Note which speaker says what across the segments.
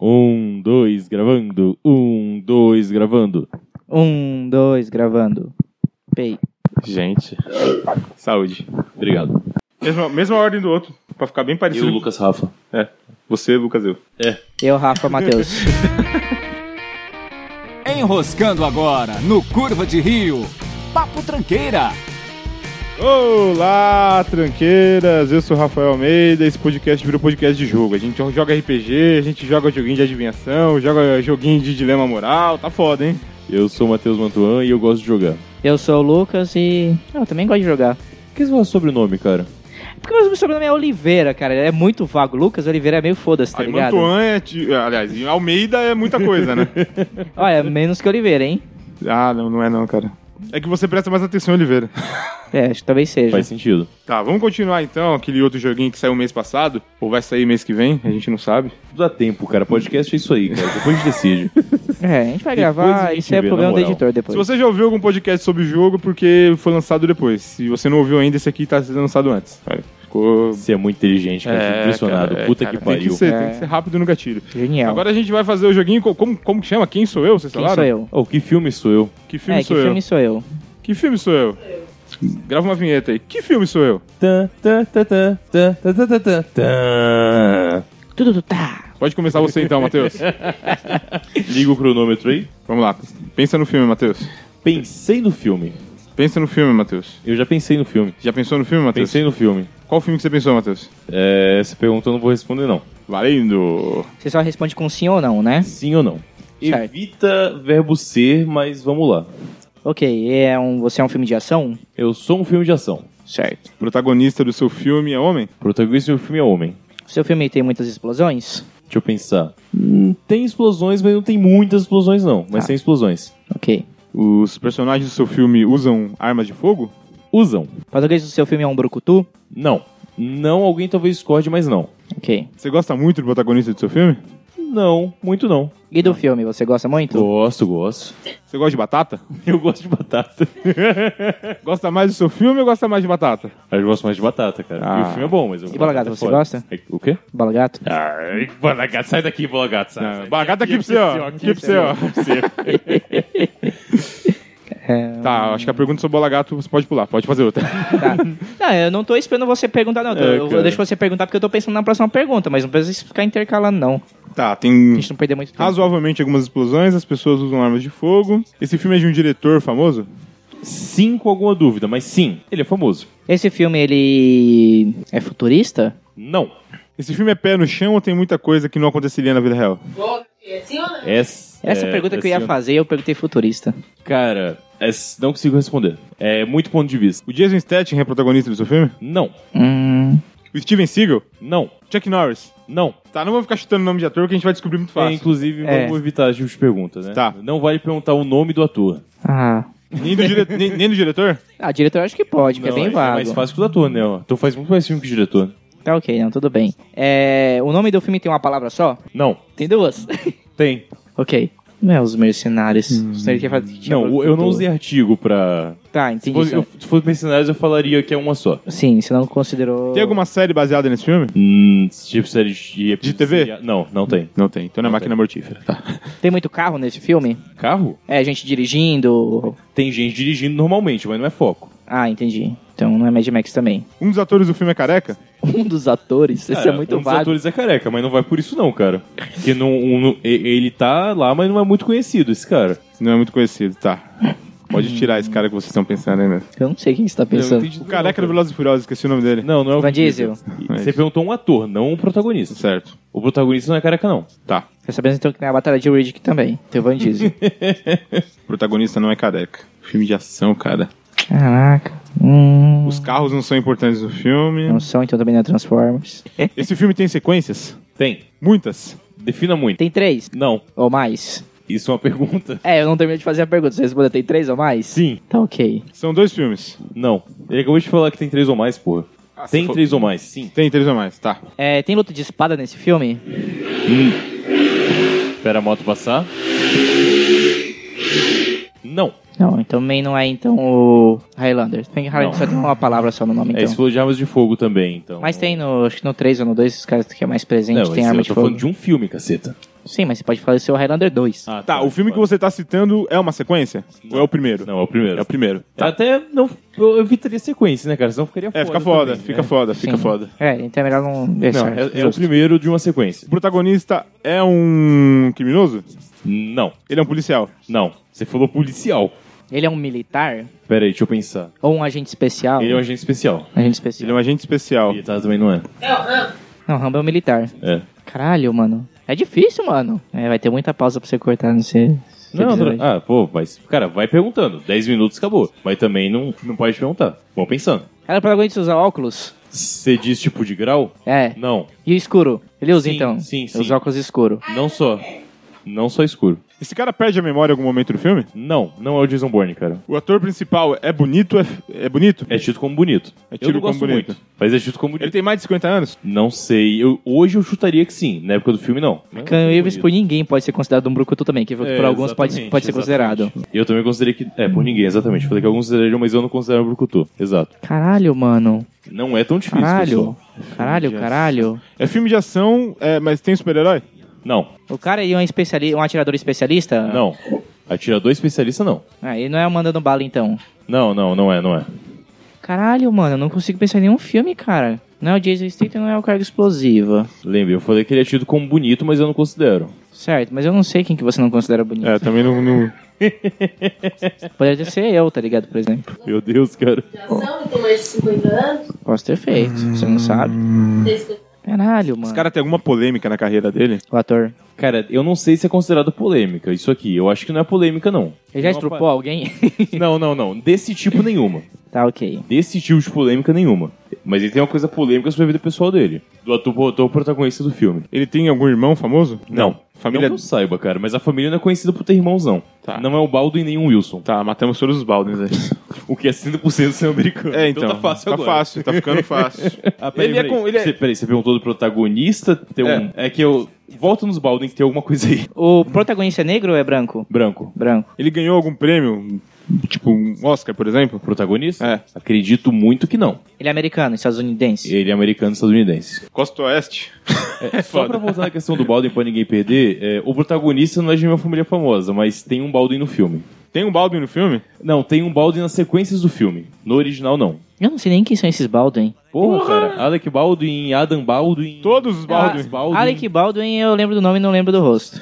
Speaker 1: Um, dois, gravando. Um, dois, gravando.
Speaker 2: Um, dois, gravando. Pei.
Speaker 1: Gente, saúde. Obrigado.
Speaker 3: Mesma, mesma ordem do outro, pra ficar bem
Speaker 4: E
Speaker 3: parecido.
Speaker 4: o Lucas Rafa.
Speaker 3: Você, Lucas, eu.
Speaker 2: Eu, Rafa Matheus.
Speaker 5: Enroscando agora no Curva de Rio. Papo Tranqueira.
Speaker 3: Olá, tranqueiras! Eu sou o Rafael Almeida. Esse podcast virou podcast de jogo. A gente joga RPG, a gente joga joguinho de adivinhação, joga joguinho de dilema moral. Tá foda, hein?
Speaker 1: Eu sou o Matheus Mantuan e eu gosto de jogar.
Speaker 2: Eu sou o Lucas e. ah, Eu também gosto de jogar.
Speaker 1: Por que você fala sobrenome, cara?
Speaker 2: Porque meu sobrenome é Oliveira, cara. É muito vago. Lucas Oliveira é meio foda-se, tá
Speaker 3: Aí
Speaker 2: ligado?
Speaker 3: Mantuan é. ti- Aliás, e Almeida é muita coisa, né?
Speaker 2: Olha, menos que Oliveira, hein?
Speaker 3: ah, não, não é não, cara. É que você presta mais atenção, Oliveira.
Speaker 2: É, acho que talvez seja.
Speaker 1: Faz sentido.
Speaker 3: Tá, vamos continuar então aquele outro joguinho que saiu mês passado, ou vai sair mês que vem, a gente não sabe.
Speaker 1: Tudo dá tempo, cara. Podcast é isso aí, cara. Depois a gente decide.
Speaker 2: É, a gente vai
Speaker 1: Depois a
Speaker 2: gravar,
Speaker 1: gente
Speaker 2: isso é
Speaker 1: vê, na
Speaker 2: problema do
Speaker 1: moral.
Speaker 2: editor
Speaker 3: Se
Speaker 2: depois.
Speaker 3: você já ouviu algum podcast sobre o jogo, porque foi lançado depois. Se você não ouviu ainda, esse aqui tá sendo lançado antes. Olha, Ficou.
Speaker 1: Você é muito inteligente, cara. Fico
Speaker 3: É,
Speaker 1: impressionado.
Speaker 3: cara, é,
Speaker 1: Puta
Speaker 3: cara,
Speaker 1: que
Speaker 3: Tem
Speaker 1: pariu.
Speaker 3: que ser,
Speaker 2: É.
Speaker 3: tem que ser rápido no gatilho.
Speaker 2: Genial.
Speaker 3: Agora a gente vai fazer o joguinho. co- Como, como que chama? Quem sou eu? Vocês
Speaker 2: Quem
Speaker 3: falaram?
Speaker 2: sou eu?
Speaker 1: Oh, que filme sou eu?
Speaker 3: Que filme
Speaker 2: é,
Speaker 3: sou
Speaker 2: que
Speaker 3: eu?
Speaker 2: filme sou eu?
Speaker 3: Que filme sou eu? Grava uma vinheta aí. Que filme sou eu?
Speaker 1: Tã, tã, tã, tã, tã, tã, tã, tã, tã, tã.
Speaker 2: Tudo tudo, tá.
Speaker 3: Pode começar você então, Matheus.
Speaker 1: Liga o cronômetro aí.
Speaker 3: Vamos lá. Pensa no filme, Matheus.
Speaker 1: Pensei no filme.
Speaker 3: Pensa no filme, Matheus.
Speaker 1: Eu já pensei no filme.
Speaker 3: Já pensou no filme, Matheus?
Speaker 1: Pensei no filme.
Speaker 3: Qual filme que você pensou, Matheus?
Speaker 1: É, essa pergunta eu não vou responder, não.
Speaker 3: Valendo!
Speaker 2: Você só responde com sim ou não, né?
Speaker 1: Sim ou não?
Speaker 2: Certo.
Speaker 1: Evita verbo ser, mas vamos lá.
Speaker 2: Ok, é um, você é um filme de ação?
Speaker 1: Eu sou um filme de ação.
Speaker 2: Certo.
Speaker 3: O protagonista do seu filme é homem?
Speaker 1: O protagonista do filme é homem.
Speaker 2: Seu filme tem muitas explosões?
Speaker 1: Deixa eu pensar. Hum, tem explosões, mas não tem muitas explosões, não. Mas
Speaker 2: Tá.
Speaker 1: tem explosões.
Speaker 2: Ok.
Speaker 3: Os personagens do seu filme usam armas de fogo?
Speaker 1: Usam?
Speaker 2: O português do seu filme é um brucutu?
Speaker 1: Não. Não, alguém talvez discorde, mas não.
Speaker 2: Ok.
Speaker 3: Você gosta muito do protagonista do seu filme?
Speaker 1: Não, muito não.
Speaker 2: E do filme, você gosta muito?
Speaker 1: Gosto, gosto.
Speaker 3: Você gosta de batata?
Speaker 1: Eu gosto de batata.
Speaker 3: Gosta mais do seu filme ou gosta mais de batata?
Speaker 1: Eu gosto mais de batata, cara.
Speaker 3: Ah.
Speaker 1: E o filme é bom, mas eu
Speaker 2: E Bola
Speaker 1: batata
Speaker 2: Gato,
Speaker 1: é
Speaker 2: você
Speaker 1: foda.
Speaker 2: gosta?
Speaker 1: É- O quê?
Speaker 2: Bala Gato? Tá.
Speaker 1: Ai, Bola Gato, sai daqui, Bola Gato. Sai, sai.
Speaker 3: Bagata aqui pra você, ó. Aqui pra você, ó. Tá, acho que a pergunta sobre bola gato você pode pular, pode fazer outra.
Speaker 2: Tá. não, eu não tô esperando você perguntar, não. Eu, tô-
Speaker 1: É,
Speaker 2: eu
Speaker 1: cara.
Speaker 2: deixo você perguntar porque eu tô pensando na próxima pergunta, mas não precisa ficar intercalando, não.
Speaker 3: Tá,
Speaker 2: A
Speaker 3: tem
Speaker 2: gente não perder muito tempo.
Speaker 3: razoavelmente algumas explosões, as pessoas usam armas de fogo. Esse filme é de um diretor famoso?
Speaker 1: Sim, com alguma dúvida, mas sim, ele é famoso.
Speaker 2: Esse filme, ele. é futurista?
Speaker 1: Não.
Speaker 3: Esse filme é pé no chão ou tem muita coisa que não aconteceria na vida real?
Speaker 1: Essa,
Speaker 2: Essa é pergunta que eu ia
Speaker 1: fazer.
Speaker 2: fazer, eu perguntei futurista.
Speaker 1: Cara, essa- não consigo responder. É muito ponto de vista.
Speaker 3: O Jason Statham é protagonista do seu filme?
Speaker 1: Não,
Speaker 2: Hum.
Speaker 3: O Steven Seagal?
Speaker 1: não,
Speaker 3: Chuck Norris?
Speaker 1: não.
Speaker 3: Tá, não vou ficar chutando o nome de ator que a gente vai descobrir muito
Speaker 1: É,
Speaker 3: fácil.
Speaker 1: inclusive,
Speaker 2: É.
Speaker 1: não vou evitar as tipo perguntas, né?
Speaker 3: Tá.
Speaker 1: Não vale perguntar o nome do ator.
Speaker 2: Ah.
Speaker 3: Nem do, dire... nem, nem do diretor?
Speaker 2: Ah, diretor eu acho que pode, porque
Speaker 1: Não,
Speaker 2: é bem vago.
Speaker 1: mais fácil que o do ator, né? O ator faz muito mais filme que o diretor.
Speaker 2: Tá ok, não, tudo bem. É, o nome do filme tem uma palavra só?
Speaker 1: Não,
Speaker 2: Tem duas?
Speaker 1: tem.
Speaker 2: ok. Não é os mercenários. Os mercenários que fazem- que
Speaker 1: Hum. Não,
Speaker 2: tinha-
Speaker 1: eu não usei artigo pra...
Speaker 2: Tá,
Speaker 1: Se
Speaker 2: entendi.
Speaker 1: fosse, eu, se fosse mercenários, eu falaria que é uma só.
Speaker 2: Sim, você não considerou.
Speaker 3: Tem alguma série baseada nesse filme?
Speaker 1: Hum, tipo série de...
Speaker 3: De TV?
Speaker 1: Não, não tem.
Speaker 3: Não tem, então não é
Speaker 1: Não
Speaker 3: máquina mortífera. Tá.
Speaker 2: Tem muito carro nesse filme?
Speaker 1: Carro?
Speaker 2: É, gente dirigindo.
Speaker 1: Tem gente dirigindo normalmente, mas não é foco.
Speaker 2: Ah, entendi. Então não é Mad Max também.
Speaker 3: Um dos atores do filme é careca?
Speaker 2: Um dos atores, esse é
Speaker 1: Cara,
Speaker 2: muito
Speaker 1: um dos
Speaker 2: vago.
Speaker 1: atores é careca, mas não vai por isso não, cara. Porque não, um- não- e- ele tá lá, mas não é muito conhecido, esse cara.
Speaker 3: Não é muito conhecido, tá. Pode tirar esse cara que vocês estão pensando aí, né?
Speaker 2: Eu não sei quem você tá pensando.
Speaker 1: entendi
Speaker 3: O
Speaker 1: tudo
Speaker 3: careca do
Speaker 1: não, cara.
Speaker 3: Velozes e Furiosos, esqueci o nome dele.
Speaker 1: Não, não é o
Speaker 2: Van Diesel.
Speaker 1: Você perguntou um ator, não um protagonista.
Speaker 3: Certo.
Speaker 1: O protagonista não é careca, não.
Speaker 3: Tá.
Speaker 2: Tá sabendo então que tem a Batalha de Riddick também. Tem o Van Diesel.
Speaker 3: O protagonista não é careca. Filme de ação, cara.
Speaker 2: Caraca. Hum.
Speaker 3: Os carros não são importantes no filme.
Speaker 2: Não são, então também não é Transformers.
Speaker 3: Esse filme tem sequências?
Speaker 1: Tem.
Speaker 3: Muitas.
Speaker 1: Defina muito.
Speaker 2: Tem três
Speaker 1: Não.
Speaker 2: ou mais?
Speaker 1: Isso é uma pergunta.
Speaker 2: É, eu não terminei de fazer a pergunta. Você respondeu, tem três ou mais?
Speaker 1: Sim.
Speaker 2: Tá ok.
Speaker 3: São dois filmes.
Speaker 1: Não. Ele acabou de falar que tem três ou mais, porra. tem
Speaker 3: se for-
Speaker 1: três ou mais, sim.
Speaker 3: Tem três ou mais, tá.
Speaker 2: É, tem luta de espada nesse filme?
Speaker 1: Espera a moto passar. Não.
Speaker 2: Não, então também não é então o Highlander. Tem
Speaker 1: Não.
Speaker 2: Highlander, só tem uma palavra só no nome,
Speaker 1: É,
Speaker 2: então.
Speaker 1: esse falou de armas de fogo também, então.
Speaker 2: Mas tem no, acho que no 3 ou no 2, os caras que é mais presente,
Speaker 1: Não,
Speaker 2: tem
Speaker 1: esse-
Speaker 2: arma
Speaker 1: eu
Speaker 2: de
Speaker 1: tô
Speaker 2: fogo.
Speaker 1: falando de um filme, caceta.
Speaker 2: Sim, mas você pode falar o seu Highlander 2.
Speaker 1: Ah,
Speaker 3: Tá, o filme que você tá citando é uma sequência?
Speaker 1: Não.
Speaker 3: Ou é o primeiro?
Speaker 1: Não, é o primeiro.
Speaker 3: É o primeiro.
Speaker 1: Tá. Até não, eu evitaria sequência, né, cara? Senão ficaria foda.
Speaker 3: É, fica foda,
Speaker 1: também,
Speaker 3: fica
Speaker 1: né?
Speaker 3: foda, fica
Speaker 2: Sim.
Speaker 3: foda.
Speaker 2: É, então é melhor não...
Speaker 1: Não,
Speaker 2: deixar.
Speaker 1: é, é o
Speaker 2: Justo.
Speaker 1: primeiro de uma
Speaker 3: O
Speaker 1: sequência.
Speaker 3: protagonista é um criminoso?
Speaker 1: Não,
Speaker 3: Ele é um policial.
Speaker 1: não. Você falou policial.
Speaker 2: Ele é um militar?
Speaker 1: Pera aí, deixa eu pensar.
Speaker 2: Ou um agente especial?
Speaker 3: Ah.
Speaker 1: Ele é um agente especial.
Speaker 2: Agente
Speaker 3: Ele
Speaker 2: especial.
Speaker 3: é um agente especial.
Speaker 1: Militar também não é.
Speaker 2: Não, Rambo é um militar.
Speaker 1: É.
Speaker 2: Caralho, mano. É difícil, mano. É, vai ter muita pausa pra você cortar nesse... nesse
Speaker 1: Não,
Speaker 2: episódio.
Speaker 1: ah, pô, mas, cara, vai perguntando. 10 minutos acabou. Mas também não, não pode perguntar. Vão pensando.
Speaker 2: Era pra alguém é usar óculos?
Speaker 1: Você diz tipo de grau?
Speaker 2: É.
Speaker 1: Não,
Speaker 2: E o escuro? Ele usa,
Speaker 1: Sim,
Speaker 2: então?
Speaker 1: sim, sim. É
Speaker 2: Os óculos escuro.
Speaker 1: não só. Não só escuro.
Speaker 3: Esse cara perde a memória em algum momento do filme?
Speaker 1: Não, não é o Jason Bourne, cara.
Speaker 3: O ator principal é bonito? É, é bonito?
Speaker 1: É tido como bonito.
Speaker 3: É
Speaker 1: eu
Speaker 3: tido
Speaker 1: não
Speaker 3: como
Speaker 1: gosto
Speaker 3: bonito.
Speaker 1: muito, mas é tido como bonito.
Speaker 3: Ele tem mais de 50 anos?
Speaker 1: Não sei. Eu, hoje eu chutaria que sim. Na época do filme, não.
Speaker 2: Canhão
Speaker 1: Bonito.
Speaker 2: Reeves por ninguém pode ser considerado um brucutu também, que
Speaker 1: É,
Speaker 2: por alguns pode,
Speaker 1: exatamente,
Speaker 2: pode ser
Speaker 1: exatamente.
Speaker 2: considerado.
Speaker 1: Eu também considerei que... É, por ninguém, exatamente. Falei que alguns considerariam, mas eu não considero o Brucutu. Exato.
Speaker 2: Caralho, mano.
Speaker 1: Não é tão difícil,
Speaker 2: Caralho.
Speaker 1: pessoal.
Speaker 2: Caralho,
Speaker 3: Yes.
Speaker 2: caralho.
Speaker 3: É filme de ação, é, mas tem super-herói?
Speaker 1: Não,
Speaker 2: O cara aí é um, especiali um atirador especialista?
Speaker 1: não. Atirador especialista, não.
Speaker 2: Ah, ele não é o mandando bala, então.
Speaker 1: Não, não, não é, não é.
Speaker 2: Caralho, mano, eu não consigo pensar em nenhum filme, cara. Não é o Jason Statham, não é o Carga Explosiva.
Speaker 1: Lembre, eu falei que ele é tido como bonito, mas eu não considero.
Speaker 2: Certo, mas eu não sei quem que você não considera bonito.
Speaker 3: É, também não. não-
Speaker 2: Poderia ser eu, tá ligado, por exemplo.
Speaker 1: Meu Deus, cara.
Speaker 4: ação e tem então, mais de 50 anos.
Speaker 2: Posso ter feito, você não sabe.
Speaker 4: tem 50
Speaker 2: Caralho, mano.
Speaker 3: Esse cara tem alguma polêmica na carreira dele?
Speaker 2: O ator.
Speaker 1: Cara, eu não sei se é considerado polêmica isso aqui. Eu acho que não é polêmica, não.
Speaker 2: Ele já
Speaker 1: Não,
Speaker 2: estrupou alguém?
Speaker 1: Não, não, não. Desse tipo nenhuma.
Speaker 2: tá, ok.
Speaker 1: Desse tipo de polêmica nenhuma. Mas ele tem uma coisa polêmica sobre a vida pessoal dele. Do ator, ator protagonista do filme.
Speaker 3: Ele tem algum irmão famoso?
Speaker 1: Não.
Speaker 3: Família.
Speaker 1: Não que eu saiba, cara, mas a família não é conhecida por ter irmãos, não.
Speaker 3: Tá.
Speaker 1: Não é o Baldo e nem o Wilson.
Speaker 3: Tá, matamos todos os Baldens aí.
Speaker 1: O que é 100% ser americano.
Speaker 3: É, então.
Speaker 1: tá fácil
Speaker 3: tá
Speaker 1: agora.
Speaker 3: fácil, tá ficando fácil.
Speaker 1: Ah, peraí,
Speaker 3: Ele é
Speaker 1: peraí.
Speaker 3: com- ele é-
Speaker 1: Você, peraí, você perguntou do protagonista? Tem um... é que eu... Volta nos Balden que tem alguma coisa aí.
Speaker 2: O protagonista é negro ou é branco?
Speaker 1: Branco.
Speaker 2: Branco.
Speaker 3: Ele ganhou algum prêmio? Tipo, um Oscar, por exemplo?
Speaker 1: Protagonista?
Speaker 3: É.
Speaker 1: Acredito muito que não.
Speaker 2: Ele é americano, estadunidense.
Speaker 1: Ele é americano e estadunidense.
Speaker 3: Costa Oeste.
Speaker 1: É, só pra voltar na questão do Balden pra ninguém perder, é, o protagonista não é de uma família famosa, mas tem um Balden no filme.
Speaker 3: Tem um Baldwin no filme?
Speaker 1: Não, tem um Balden nas sequências do filme. No original, não.
Speaker 2: Eu não sei nem quem são esses Baldwin.
Speaker 1: Porra, cara. Alec Baldwin, Adam Baldwin...
Speaker 3: Todos os Baldwin.
Speaker 1: Ah, Baldwin.
Speaker 2: Alec Baldwin, eu lembro do nome e não lembro do rosto.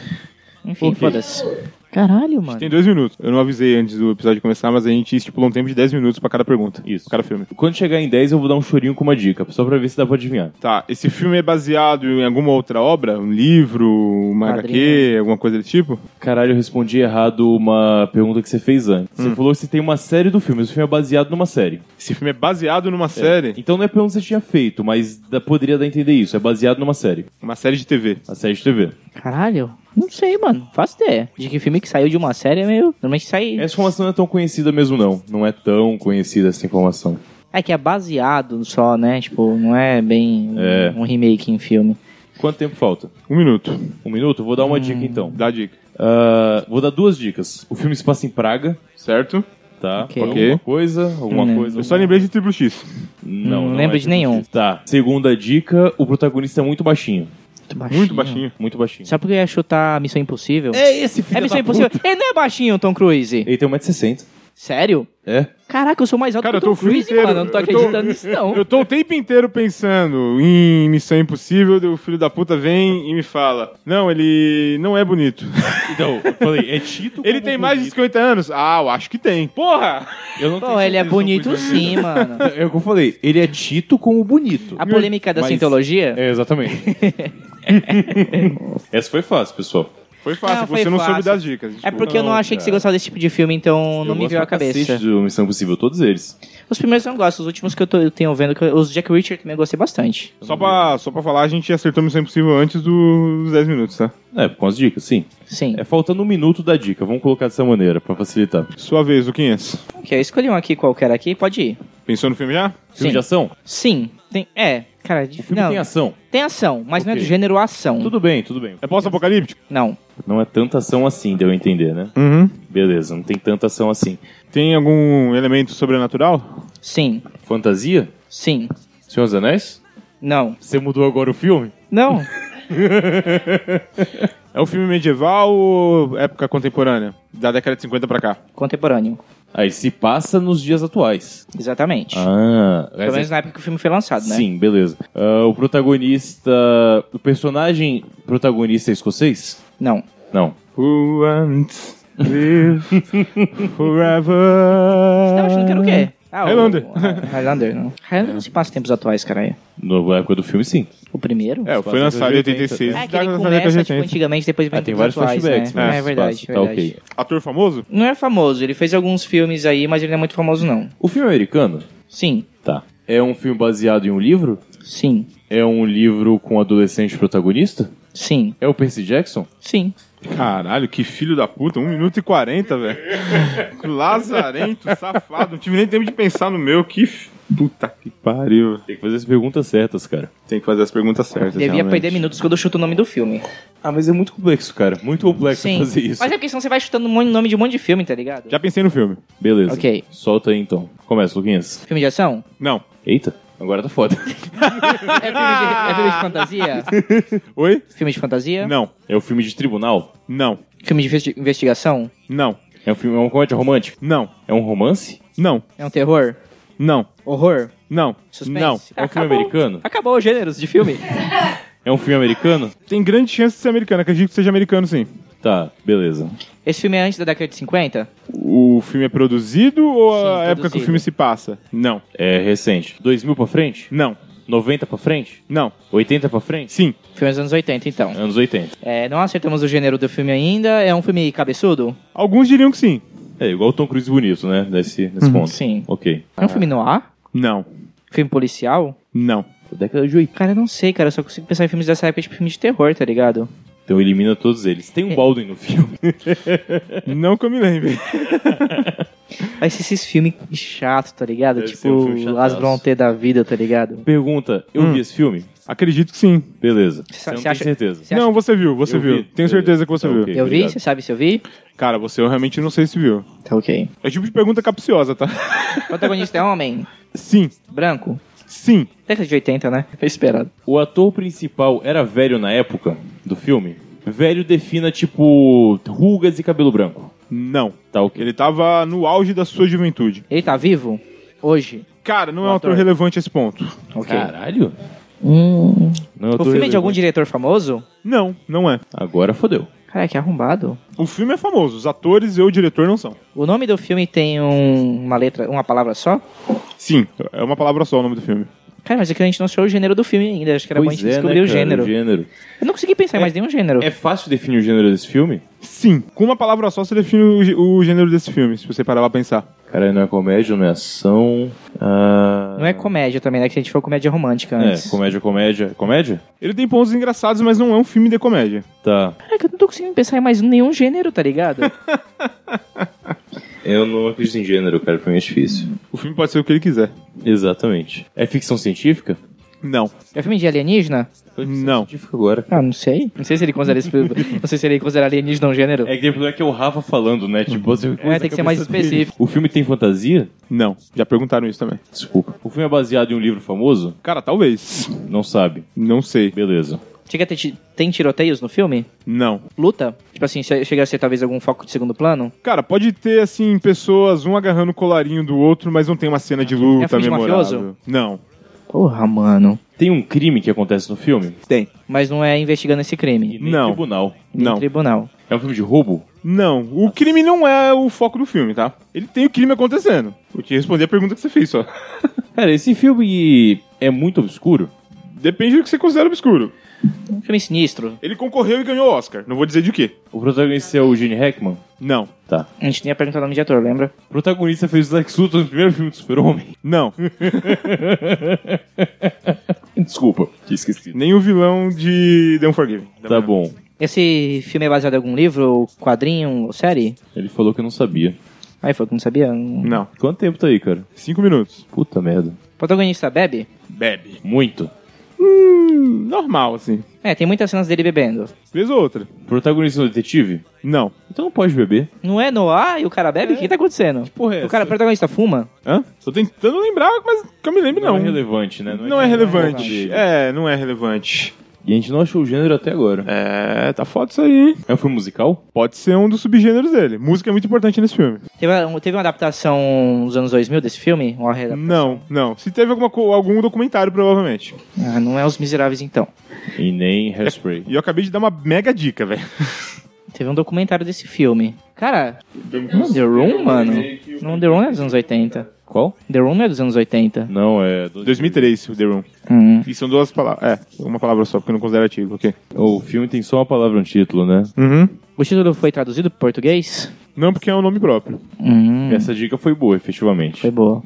Speaker 2: Enfim,
Speaker 1: Ok.
Speaker 2: foda-se. Caralho, mano.
Speaker 3: Tem dois minutos. Eu não avisei antes do episódio começar, mas a gente estipulou um tempo de 10 minutos pra cada pergunta.
Speaker 1: Isso.
Speaker 3: Cada filme.
Speaker 1: Quando chegar em 10, eu vou dar um chorinho com uma dica, só pra ver se dá pra adivinhar.
Speaker 3: Tá, esse filme é baseado em alguma outra obra? Um livro, uma HQ,
Speaker 2: Quadrinho.
Speaker 3: alguma coisa desse tipo?
Speaker 1: Caralho, eu respondi errado uma pergunta que você fez antes. Você falou que você tem uma série do filme, mas o filme é baseado numa série.
Speaker 3: Esse filme é baseado numa série?
Speaker 1: Então não é pergunta que você tinha feito, mas dá- poderia dar a entender isso. É baseado numa série.
Speaker 3: Uma série de TV.
Speaker 1: A série de TV.
Speaker 2: Caralho. Não sei, mano. Faço ideia. De que filme que saiu de uma série é meio. Normalmente sai.
Speaker 1: Essa informação não é tão conhecida mesmo, não. Não é tão conhecida essa informação.
Speaker 2: É que é baseado só, né? Tipo, não é bem um-
Speaker 1: É.
Speaker 2: um remake em filme.
Speaker 1: Quanto tempo falta?
Speaker 3: Um minuto.
Speaker 1: Um minuto? Vou dar uma dica então.
Speaker 3: Dá a dica.
Speaker 1: Ah, vou dar duas dicas. O filme se passa em Praga,
Speaker 3: Certo?
Speaker 1: tá?
Speaker 2: Ok.
Speaker 1: Alguma coisa? Alguma
Speaker 2: Hum,
Speaker 1: coisa?
Speaker 3: Eu só
Speaker 1: alguma-
Speaker 3: lembrei de Triplo X.
Speaker 1: Não,
Speaker 2: Não
Speaker 1: não
Speaker 2: lembro
Speaker 1: é
Speaker 2: de nenhum.
Speaker 1: justiça. Tá. Segunda dica: o protagonista é muito baixinho.
Speaker 2: Muito baixinho.
Speaker 3: Muito baixinho.
Speaker 1: Muito baixinho.
Speaker 2: Só porque eu ia chutar Missão Impossível?
Speaker 1: É esse filho
Speaker 2: é Missão
Speaker 1: da
Speaker 2: Impossível?
Speaker 1: puta.
Speaker 2: Ele não é baixinho, Tom Cruise.
Speaker 1: Ele tem 1,60m.
Speaker 2: Sério?
Speaker 1: É?
Speaker 2: Caraca, eu sou mais alto
Speaker 3: Cara, eu
Speaker 2: que
Speaker 3: tô
Speaker 2: o
Speaker 3: o
Speaker 2: Tom
Speaker 3: filme
Speaker 2: Cruise,
Speaker 3: inteiro.
Speaker 2: mano. Eu não tô
Speaker 3: Eu tô-
Speaker 2: acreditando nisso, não.
Speaker 3: Eu tô o tempo inteiro pensando em Missão Impossível, daí o filho da puta vem e me fala: Não, ele não é bonito.
Speaker 1: Então, eu falei, é Tito.
Speaker 3: Ele tem mais de 50 anos? Ah, eu acho que tem. Porra!
Speaker 1: Eu não
Speaker 2: Pô, ele é bonito sim, mano.
Speaker 1: É o que eu falei, ele é Tito como bonito.
Speaker 2: A polêmica da
Speaker 1: Mas-
Speaker 2: cientologia?
Speaker 1: É, exatamente. Essa foi fácil, pessoal.
Speaker 3: Foi fácil,
Speaker 2: Não,
Speaker 3: você
Speaker 2: foi
Speaker 3: não
Speaker 2: fácil.
Speaker 3: soube das dicas.
Speaker 2: É porque eu
Speaker 1: tipo,
Speaker 2: não
Speaker 1: Não,
Speaker 2: achei que você
Speaker 1: cara.
Speaker 2: gostava desse tipo de filme, então não
Speaker 1: Eu
Speaker 2: me
Speaker 1: gosto
Speaker 2: veio à
Speaker 1: pra cacete
Speaker 2: cabeça.
Speaker 1: do Missão Impossível, todos eles.
Speaker 2: Os primeiros eu não gosto, os últimos que eu, tô- eu tenho vendo, que eu- os Jack Richard também eu gostei bastante.
Speaker 3: Só pra, só pra falar, a gente acertou Missão Impossível antes dos 10 minutos, tá?
Speaker 1: É, com as dicas, sim.
Speaker 2: Sim.
Speaker 1: É faltando um minuto da dica, vamos colocar dessa maneira, pra facilitar.
Speaker 3: Sua vez, Luquinhas.
Speaker 2: Ok, eu escolhi um aqui qualquer aqui, pode ir.
Speaker 3: Pensou no filme já?
Speaker 1: Filme
Speaker 2: Sim.
Speaker 1: de ação?
Speaker 2: Sim, tem. É, cara, de,
Speaker 1: O filme
Speaker 2: não,
Speaker 1: tem
Speaker 2: tem,
Speaker 1: ação.
Speaker 2: ação, mas não é do
Speaker 1: Ok.
Speaker 2: gênero ação.
Speaker 1: Tudo bem, tudo bem.
Speaker 3: É pós-apocalíptico?
Speaker 2: Não.
Speaker 1: Não é tanta ação assim, deu a entender, né?
Speaker 3: Uhum.
Speaker 1: Beleza, não tem tanta ação assim.
Speaker 3: Tem algum elemento sobrenatural?
Speaker 2: Sim.
Speaker 1: Fantasia?
Speaker 2: Sim.
Speaker 1: Senhor dos Anéis?
Speaker 2: Não.
Speaker 1: Você mudou agora o filme?
Speaker 2: Não.
Speaker 3: É um filme medieval ou época contemporânea? Da década de 50 pra cá.
Speaker 2: Contemporâneo.
Speaker 1: Aí se passa nos dias atuais.
Speaker 2: Exatamente.
Speaker 1: Ah,
Speaker 2: Pelo menos na época que o filme foi lançado, é né?
Speaker 1: Sim, beleza. Ah, o protagonista. O personagem protagonista é escocês?
Speaker 2: Não.
Speaker 1: Não.
Speaker 3: Who wants live forever?
Speaker 2: Você tava achando que era o quê? Ah, o-
Speaker 3: Highlander.
Speaker 2: Highlander, não. Highlander não se passa em tempos atuais, caralho.
Speaker 1: No- Na época do filme, sim.
Speaker 2: O primeiro?
Speaker 3: É, foi lançado em 86.
Speaker 2: É, que ele
Speaker 3: da- da
Speaker 2: começa,
Speaker 3: década de
Speaker 2: tipo,
Speaker 3: 80.
Speaker 2: antigamente, depois vem
Speaker 1: Ah, tem
Speaker 2: pros
Speaker 1: vários
Speaker 2: atuais,
Speaker 1: flashbacks,
Speaker 2: né?
Speaker 1: mas
Speaker 2: É,
Speaker 1: se
Speaker 2: verdade,
Speaker 1: passa, tá
Speaker 2: verdade.
Speaker 1: ok.
Speaker 3: Ator famoso?
Speaker 2: Não é famoso, ele fez alguns filmes aí, mas ele não é muito famoso, não.
Speaker 1: O filme é americano?
Speaker 2: Sim,
Speaker 1: Tá. É um filme baseado em um livro?
Speaker 2: sim,
Speaker 1: É um livro com adolescente protagonista?
Speaker 2: sim,
Speaker 1: É o Percy Jackson?
Speaker 2: sim.
Speaker 3: Caralho, que filho da puta. 1 minuto e 40, velho. Lazarento, safado. Não tive nem tempo de pensar no meu. Que f- puta que pariu.
Speaker 1: Tem que fazer as perguntas certas, cara.
Speaker 3: Tem que fazer as perguntas certas.
Speaker 2: Devia
Speaker 3: realmente.
Speaker 2: perder minutos quando eu chuto o nome do filme.
Speaker 1: Ah, mas é muito complexo, cara. Muito complexo
Speaker 2: Sim.
Speaker 1: fazer isso.
Speaker 2: Mas é porque senão você vai chutando um monte- nome de um monte de filme, tá ligado?
Speaker 3: Já pensei no filme.
Speaker 1: Beleza.
Speaker 2: Ok.
Speaker 1: Solta aí então. Começa, Luquinhas.
Speaker 2: Filme de ação?
Speaker 3: Não.
Speaker 1: Eita, agora tá foda.
Speaker 2: É filme de, é filme de fantasia?
Speaker 3: Oi?
Speaker 2: filme de fantasia?
Speaker 3: Não.
Speaker 1: É um filme de tribunal?
Speaker 3: Não.
Speaker 2: Filme de investi- investigação?
Speaker 3: Não.
Speaker 1: É um filme, é uma comédia romântica?
Speaker 3: Não.
Speaker 1: É um romance?
Speaker 3: Não.
Speaker 2: É um terror?
Speaker 3: Não.
Speaker 2: Horror?
Speaker 3: Não.
Speaker 2: Suspense?
Speaker 3: Não.
Speaker 1: É um filme americano?
Speaker 2: Acabou os gêneros de filme.
Speaker 1: É um filme americano?
Speaker 3: Tem grande chance de ser americano. Acredito que seja americano, sim.
Speaker 1: Tá, beleza.
Speaker 2: Esse filme é antes da década de 50?
Speaker 3: O filme é produzido ou
Speaker 2: Sim,
Speaker 3: a época que o
Speaker 2: produzido.
Speaker 3: filme se passa? Não.
Speaker 1: É recente. 2000 pra frente?
Speaker 3: Não.
Speaker 1: 90 pra frente?
Speaker 3: Não.
Speaker 1: 80 pra frente?
Speaker 3: Sim.
Speaker 2: Filme dos anos 80, então.
Speaker 1: Anos 80.
Speaker 2: É, não acertamos o gênero do filme ainda. É um filme cabeçudo?
Speaker 3: Alguns diriam que sim.
Speaker 1: É, igual o Tom Cruise bonito, né? Nesse, nesse ponto.
Speaker 2: Uhum. sim.
Speaker 1: Ok.
Speaker 2: É um filme noir?
Speaker 3: Não.
Speaker 2: Filme policial?
Speaker 3: Não.
Speaker 1: Década de 80.
Speaker 2: Cara, eu não sei, cara. Eu só consigo pensar em filmes dessa época, tipo filme de terror, tá ligado?
Speaker 1: Então elimina todos eles. Tem
Speaker 2: É.
Speaker 1: um Baldwin no filme.
Speaker 3: Não que eu me lembre.
Speaker 2: Vai ser esses filmes chato, tá ligado?
Speaker 1: Deve
Speaker 2: tipo,
Speaker 1: ser um filme
Speaker 2: Las
Speaker 1: chataço.
Speaker 2: Bronte da vida, tá ligado?
Speaker 1: Pergunta, eu vi esse filme?
Speaker 3: Acredito que sim.
Speaker 1: Beleza. Você
Speaker 2: Cê-
Speaker 1: não
Speaker 2: cê
Speaker 1: tem
Speaker 2: Hum. acha-
Speaker 1: certeza.
Speaker 2: Você acha-
Speaker 3: não, você viu, você
Speaker 1: Eu
Speaker 3: viu.
Speaker 1: vi.
Speaker 3: Tenho
Speaker 1: Beleza.
Speaker 3: certeza que você
Speaker 1: Tá
Speaker 3: viu.
Speaker 1: ok.
Speaker 2: eu vi?
Speaker 1: obrigado.
Speaker 2: Você sabe se eu vi?
Speaker 3: Cara, você eu realmente não sei se viu.
Speaker 2: Tá ok.
Speaker 3: É tipo de pergunta capciosa, tá?
Speaker 2: O protagonista é homem?
Speaker 3: Sim.
Speaker 2: Branco?
Speaker 3: Sim.
Speaker 2: Década de 80, né? Foi esperado.
Speaker 1: O ator principal era velho na época do filme? Velho defina, tipo, rugas e cabelo branco.
Speaker 3: Não.
Speaker 1: Tá ok.
Speaker 3: Ele tava no auge da sua juventude.
Speaker 2: Ele tá vivo? Hoje?
Speaker 3: Cara, não
Speaker 2: O
Speaker 3: é um ator
Speaker 2: ator.
Speaker 3: relevante esse ponto.
Speaker 2: Ok.
Speaker 1: Caralho.
Speaker 2: Hum.
Speaker 1: Não, eu
Speaker 2: O
Speaker 1: tô
Speaker 2: filme é de
Speaker 1: relevante.
Speaker 2: algum diretor famoso?
Speaker 3: Não, não é.
Speaker 1: Agora fodeu.
Speaker 2: Cara, que arrombado.
Speaker 3: O filme é famoso, os atores e o diretor não são.
Speaker 2: O nome do filme tem um- uma letra, uma palavra só?
Speaker 3: Sim, é uma palavra só o nome do filme.
Speaker 2: Cara, mas é que a gente não achou o gênero do filme ainda. Acho que era bom a gente
Speaker 1: é,
Speaker 2: descobrir
Speaker 1: né,
Speaker 2: o
Speaker 1: cara?
Speaker 2: gênero.
Speaker 1: O gênero.
Speaker 2: Eu não consegui pensar em mais nenhum gênero.
Speaker 1: É fácil definir o gênero desse filme?
Speaker 3: Sim, com uma palavra só você define o gê- o, gênero desse filme, se você parar pra pensar.
Speaker 1: Caralho, não é comédia, não é ação. Ah,
Speaker 2: Não é comédia também, né? Que a gente foi comédia romântica antes.
Speaker 1: É, comédia, comédia. Comédia?
Speaker 3: Ele tem pontos engraçados, mas não é um filme de comédia.
Speaker 1: Tá.
Speaker 2: Caraca, É eu não tô conseguindo pensar em mais nenhum gênero, tá ligado?
Speaker 1: Eu não acredito em gênero, cara, pra mim é difícil.
Speaker 3: O filme pode ser o que ele quiser.
Speaker 1: Exatamente. É ficção científica?
Speaker 3: Não,
Speaker 2: é filme de alienígena?
Speaker 3: não.
Speaker 1: Científica agora.
Speaker 2: Ah, não sei. Não sei se ele considera esse Não sei se ele considera alienígena um gênero.
Speaker 1: É que tem problema que é o Rafa falando, né? Tipo, você
Speaker 2: É, tem que ser mais específico.
Speaker 1: O filme tem fantasia?
Speaker 3: Não, já perguntaram isso também.
Speaker 1: Desculpa. O filme é baseado em um livro famoso?
Speaker 3: Cara, talvez.
Speaker 1: Não sabe.
Speaker 3: Não sei.
Speaker 1: Beleza.
Speaker 2: Chega a ter ti- tem tiroteios no filme?
Speaker 3: Não.
Speaker 2: Luta? Tipo assim, che- chega a ser talvez algum foco de segundo plano?
Speaker 3: Cara, pode ter, assim, pessoas, um agarrando o colarinho do outro, mas não tem uma cena de
Speaker 2: É
Speaker 3: luta
Speaker 2: filme de
Speaker 3: memorável.
Speaker 2: mafioso?
Speaker 3: Não.
Speaker 2: Porra, mano.
Speaker 1: Tem um crime que acontece no filme?
Speaker 3: Tem.
Speaker 2: Mas não é investigando esse crime.
Speaker 1: E nem
Speaker 3: Não.
Speaker 1: tribunal.
Speaker 2: Nem
Speaker 3: Não.
Speaker 2: tribunal.
Speaker 1: É um filme de roubo?
Speaker 3: Não. O crime não é o foco do filme, tá? Ele tem o crime acontecendo. Eu te respondi a pergunta que você fez só.
Speaker 1: Cara, esse filme é muito obscuro?
Speaker 3: Depende do que você considera obscuro.
Speaker 2: Um filme sinistro.
Speaker 3: Ele concorreu e ganhou o Oscar. Não vou dizer de quê.
Speaker 1: O protagonista é o Gene Hackman?
Speaker 3: Não.
Speaker 1: Tá.
Speaker 2: A gente tinha perguntado o nome de ator, lembra?
Speaker 1: O protagonista fez o Lex Luthor no primeiro filme do Super-Homem?
Speaker 3: Não.
Speaker 1: Desculpa, tinha esquecido.
Speaker 3: Nem o vilão de The Unforgiven.
Speaker 1: Tá bom.
Speaker 2: Esse filme é baseado em algum livro, quadrinho, série?
Speaker 1: Ele falou que eu não sabia.
Speaker 2: Aí foi que eu não sabia. Um...
Speaker 3: Não.
Speaker 1: Quanto tempo tá aí, cara?
Speaker 3: Cinco minutos.
Speaker 1: Puta merda.
Speaker 2: Protagonista bebe?
Speaker 3: Bebe.
Speaker 1: Muito.
Speaker 3: Hum, normal, assim.
Speaker 2: É, tem muitas cenas dele bebendo.
Speaker 3: Vez ou outra.
Speaker 1: Protagonista é um detetive?
Speaker 3: Não.
Speaker 1: Então não pode beber.
Speaker 2: Não é Noah e o cara bebe? O que tá acontecendo?
Speaker 1: porra é
Speaker 2: o cara,
Speaker 1: essa?
Speaker 2: protagonista, fuma?
Speaker 3: Hã? Tô tentando lembrar, mas que eu me lembro,
Speaker 1: Não,
Speaker 3: não.
Speaker 1: é relevante, né?
Speaker 3: Não é relevante.
Speaker 1: relevante.
Speaker 3: É, não é relevante.
Speaker 1: E a gente não achou o gênero até agora.
Speaker 3: É, tá foda isso aí, hein?
Speaker 1: É um filme musical?
Speaker 3: Pode ser um dos subgêneros dele. Música é muito importante nesse filme.
Speaker 2: Teve, uma- um, teve uma adaptação nos anos 2000 desse filme? Uma readaptação?
Speaker 3: Não, não. Se teve alguma, co- algum documentário, provavelmente.
Speaker 2: Ah, não é Os Miseráveis, então.
Speaker 1: E nem Hairspray.
Speaker 3: E eu acabei de dar uma mega dica, velho.
Speaker 2: Teve um documentário desse filme. Cara, não, é The Room, mano. Não, The Room é dos anos 80.
Speaker 1: Qual?
Speaker 2: The Room é dos anos 80.
Speaker 1: Não, é... 2000.
Speaker 3: 2003, o The Room.
Speaker 2: Hum.
Speaker 3: E são duas palavras. É, uma palavra só, porque eu não considero artigo, ok?
Speaker 1: O filme tem só uma palavra no título, né?
Speaker 3: Uhum.
Speaker 2: O título foi traduzido para português?
Speaker 3: Não, porque é um nome próprio.
Speaker 2: Hum,
Speaker 1: Essa dica foi boa, efetivamente.
Speaker 2: foi boa.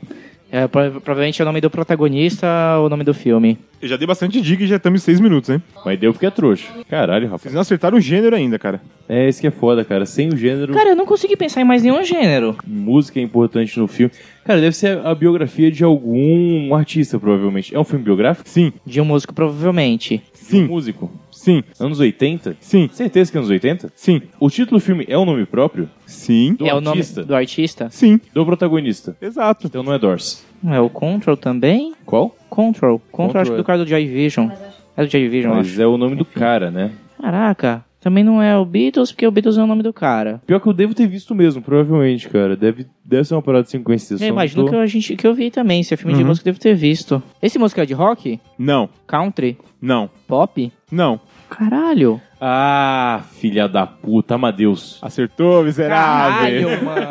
Speaker 2: É, pro- provavelmente é o nome do protagonista ou o nome do filme.
Speaker 3: Eu já dei bastante dica e já estamos em seis minutos, hein?
Speaker 1: Mas deu porque é trouxa. Caralho,
Speaker 3: Vocês
Speaker 1: rapaz.
Speaker 3: não acertaram o gênero ainda, cara.
Speaker 1: É, isso que é foda, cara. Sem o gênero,
Speaker 2: Cara, eu não consegui pensar em mais nenhum gênero.
Speaker 1: música é importante no filme. Cara, deve ser a biografia de algum artista, provavelmente. É um filme biográfico?
Speaker 3: Sim,
Speaker 2: De um músico, provavelmente.
Speaker 1: De um
Speaker 3: sim,
Speaker 1: músico?
Speaker 3: sim,
Speaker 1: Anos 80?
Speaker 3: sim,
Speaker 1: Certeza que é anos 80?
Speaker 3: sim,
Speaker 1: O título do filme é o nome próprio?
Speaker 3: sim,
Speaker 1: Do
Speaker 2: é o
Speaker 1: artista?
Speaker 2: nome do artista?
Speaker 3: sim.
Speaker 1: Do protagonista.
Speaker 3: Exato.
Speaker 1: Então não é Doors.
Speaker 2: Não é o Control também?
Speaker 1: Qual?
Speaker 2: Control. Control, acho
Speaker 1: Control.
Speaker 2: que do cara do Joy Vision. É do Joy Vision, eu acho.
Speaker 1: Mas é o nome do cara, né?
Speaker 2: Caraca, também não é o Beatles, porque o Beatles é o nome do cara.
Speaker 1: Pior que eu devo ter visto mesmo, provavelmente, cara. Deve, deve ser uma parada de 50 sessões.
Speaker 2: Eu imagino
Speaker 1: tô-
Speaker 2: que, a gente, que eu vi também. Esse é filme de
Speaker 3: Uhum.
Speaker 2: música que eu devo ter visto. Esse música é de rock?
Speaker 3: Não,
Speaker 2: Country?
Speaker 3: não,
Speaker 2: Pop?
Speaker 3: não.
Speaker 2: Caralho.
Speaker 1: Ah, filha da puta, Amadeus.
Speaker 3: Acertou, miserável.
Speaker 2: Caralho, mano.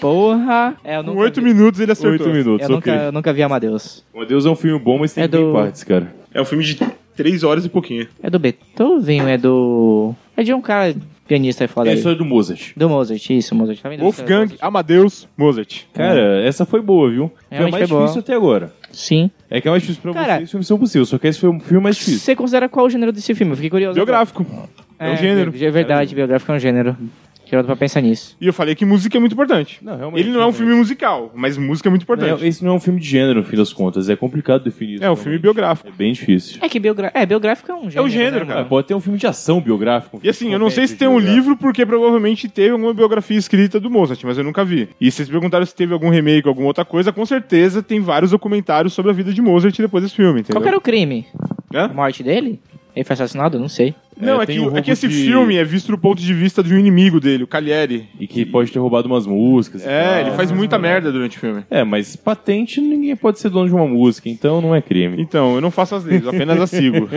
Speaker 2: Porra. É, eu
Speaker 3: Com
Speaker 2: nunca
Speaker 3: oito
Speaker 2: vi,
Speaker 3: minutos ele acertou.
Speaker 1: Oito minutos,
Speaker 2: eu nunca,
Speaker 1: ok.
Speaker 2: eu nunca vi Amadeus.
Speaker 1: Amadeus é um filme bom, mas tem
Speaker 2: É do-
Speaker 1: três partes, cara.
Speaker 3: É um filme de três horas e pouquinho.
Speaker 2: É do Beethoven, é do... É de um cara pianista aí foda
Speaker 1: É a
Speaker 2: aí.
Speaker 1: história do Mozart.
Speaker 2: Do Mozart, isso, Mozart. Tá vendo?
Speaker 3: Wolfgang, Amadeus, Mozart.
Speaker 1: Cara, essa foi boa, viu? Foi a
Speaker 2: Realmente
Speaker 1: mais
Speaker 2: foi boa.
Speaker 1: difícil até agora.
Speaker 2: Sim.
Speaker 1: É que é mais difícil pra
Speaker 2: Cara-
Speaker 1: vocês, os filmes são possíveis. Só que esse foi um filme mais difícil.
Speaker 2: Você considera qual o gênero desse filme? Eu fiquei curioso. agora.
Speaker 3: Biográfico. É, um gênero.
Speaker 2: É verdade, biográfico é um gênero. Tirando pra pensar nisso.
Speaker 3: E eu falei que música é muito importante.
Speaker 1: Não, realmente,
Speaker 3: Ele não é um
Speaker 1: realmente.
Speaker 3: filme musical, mas música é muito importante.
Speaker 1: Não, esse não é um filme de gênero, no fim das contas. É complicado definir isso.
Speaker 3: É um filme
Speaker 1: realmente.
Speaker 3: biográfico.
Speaker 1: É bem difícil.
Speaker 2: É que biogra... é, biográfico é um gênero. né,
Speaker 3: gênero, cara.
Speaker 1: Cara,
Speaker 2: mano?
Speaker 1: pode ter um filme de ação biográfico.
Speaker 3: E assim, eu não sei se tem um livro, porque provavelmente teve alguma biografia escrita do Mozart, mas eu nunca vi. E se vocês perguntaram se teve algum remake, alguma outra coisa, com certeza tem vários documentários sobre a vida de Mozart depois desse filme, entendeu?
Speaker 2: Qual que era o crime?
Speaker 3: Hã?
Speaker 2: A morte dele? Ele foi assassinado? Não sei.
Speaker 3: Não,
Speaker 1: um. É,
Speaker 3: é,
Speaker 1: tem
Speaker 3: que,
Speaker 1: o
Speaker 3: é
Speaker 1: roubo
Speaker 3: que esse
Speaker 1: de-
Speaker 3: filme é visto do ponto de vista de um inimigo dele, o Calieri.
Speaker 1: E que pode ter roubado umas músicas. e
Speaker 3: É,
Speaker 1: tal.
Speaker 3: ele faz muita merda durante o filme.
Speaker 1: É, mas patente ninguém pode ser dono de uma música, então não é crime.
Speaker 3: Então, eu não faço as leis, eu apenas as sigo.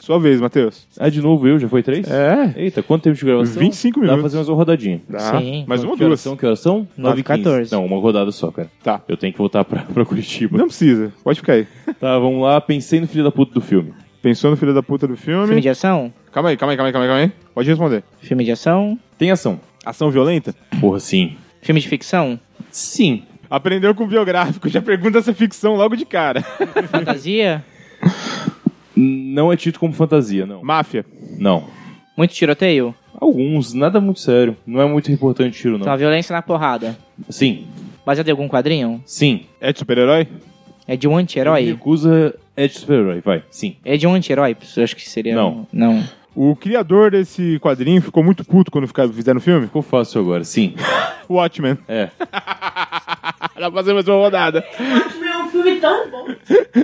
Speaker 3: Sua vez, Matheus.
Speaker 1: Ah, de novo eu? Já foi três?
Speaker 3: É.
Speaker 1: Eita, quanto tempo de gravação? Dá
Speaker 3: 25 minutos.
Speaker 1: pra fazer mais uma rodadinha.
Speaker 3: Tá.
Speaker 2: Sim. então
Speaker 3: Mais uma ou
Speaker 1: que horas
Speaker 3: duas.
Speaker 1: são? Que horas são? 9
Speaker 2: Nove
Speaker 1: h 14
Speaker 2: 14.
Speaker 1: Não, uma rodada só, cara.
Speaker 3: Tá.
Speaker 1: Eu tenho que voltar pra, pra Curitiba.
Speaker 3: Não precisa, pode ficar aí.
Speaker 1: Tá, vamos lá. Pensei no filho da puta do filme.
Speaker 3: Pensou no filho da puta do
Speaker 2: Filme
Speaker 3: filme.
Speaker 2: de ação?
Speaker 3: Calma aí, calma aí, calma aí, calma aí, calma aí. Pode responder.
Speaker 2: Filme de ação?
Speaker 1: Tem ação.
Speaker 3: Ação violenta?
Speaker 1: Porra, sim.
Speaker 2: Filme de
Speaker 3: Uhum.
Speaker 2: ficção?
Speaker 1: Sim.
Speaker 3: Aprendeu com biográfico, já pergunta essa ficção logo de cara.
Speaker 2: Fantasia?
Speaker 1: Não é tido como fantasia, não.
Speaker 3: Máfia.
Speaker 1: Não.
Speaker 2: Muito tiroteio?
Speaker 1: Alguns, nada muito sério. Não é muito importante o tiro,
Speaker 2: Então, a
Speaker 1: não.
Speaker 2: violência na porrada.
Speaker 1: Sim.
Speaker 2: Baseado em algum quadrinho?
Speaker 1: Sim.
Speaker 3: É de super-herói?
Speaker 2: É de um
Speaker 1: Me
Speaker 2: anti-herói?
Speaker 1: Recusa é de super-herói, vai. Sim.
Speaker 2: É de um anti-herói? Eu acho que seria.
Speaker 1: Não.
Speaker 2: um- Não.
Speaker 3: O criador desse quadrinho ficou muito puto quando fica- fizeram o filme.
Speaker 1: Ficou fácil agora, sim.
Speaker 3: Watchmen.
Speaker 1: É.
Speaker 3: Dá pra fazer mais uma rodada.
Speaker 4: Watchmen é um filme tão bom.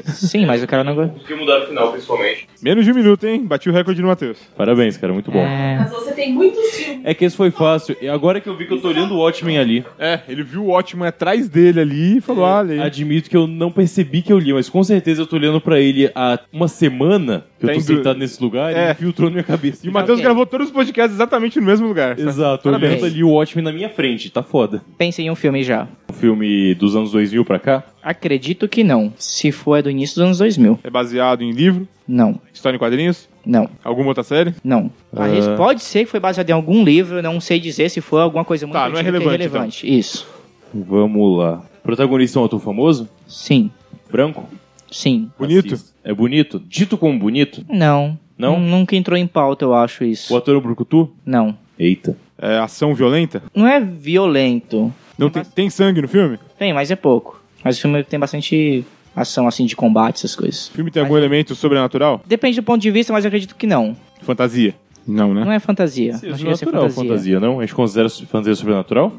Speaker 2: Sim, mas o cara não. go-
Speaker 1: que mudar o final, principalmente.
Speaker 3: Menos de um minuto, hein? Bati o recorde do Matheus.
Speaker 1: Parabéns, cara, muito bom. É...
Speaker 2: É.
Speaker 4: Mas você tem muitos filmes.
Speaker 1: que esse foi fácil. E agora que eu vi que eu tô olhando o Watchmen ali,
Speaker 3: É, ele viu o Watchmen atrás dele ali e falou, ah, ali.
Speaker 1: admito que eu não percebi que eu li, mas com certeza eu tô olhando pra ele há uma semana que eu
Speaker 3: Tem
Speaker 1: tô
Speaker 3: du-
Speaker 1: sentado nesse lugar
Speaker 3: É.
Speaker 1: e filtrou na minha cabeça.
Speaker 3: E o Matheus
Speaker 2: Ok.
Speaker 3: gravou todos os podcasts exatamente no mesmo lugar.
Speaker 1: Exato,
Speaker 3: Parabéns.
Speaker 1: olhando ali o Watchmen na minha frente, tá foda.
Speaker 2: Pensei em um filme já.
Speaker 1: Um filme dos anos 2000 pra cá?
Speaker 2: Acredito que não. Se for, é do início dos anos 2000.
Speaker 3: É baseado em livro,
Speaker 2: Não,
Speaker 3: história em quadrinhos,
Speaker 2: não,
Speaker 3: alguma outra série?
Speaker 2: não. A
Speaker 1: Ah.
Speaker 2: res- Pode ser que foi baseado em algum livro, eu não sei dizer se foi alguma coisa muito
Speaker 3: Tá, não é
Speaker 2: antiga que
Speaker 3: relevante,
Speaker 2: Isso.
Speaker 1: Vamos lá. Protagonista é um ator famoso?
Speaker 2: Sim,
Speaker 1: Branco?
Speaker 2: sim.
Speaker 3: Bonito.
Speaker 1: Racista. É bonito? Dito como bonito?
Speaker 2: Não.
Speaker 1: Não?
Speaker 2: N- Nunca entrou em pauta, eu acho isso.
Speaker 1: O ator é o Brucutu?
Speaker 2: Não.
Speaker 1: Eita.
Speaker 3: É, ação violenta?
Speaker 2: Não é violento.
Speaker 3: Não tem, tem sangue no filme?
Speaker 2: Tem, mas é pouco. Mas o filme tem bastante ação, assim, de combate, essas coisas.
Speaker 3: O filme tem algum elemento sobrenatural?
Speaker 2: Depende do ponto de vista, mas eu acredito que não.
Speaker 3: Fantasia. Não, né?
Speaker 2: Não é fantasia.
Speaker 1: Sim,
Speaker 2: não chega a ser
Speaker 1: sobrenatural é
Speaker 2: fantasia.
Speaker 1: fantasia, não? A gente considera fantasia sobrenatural?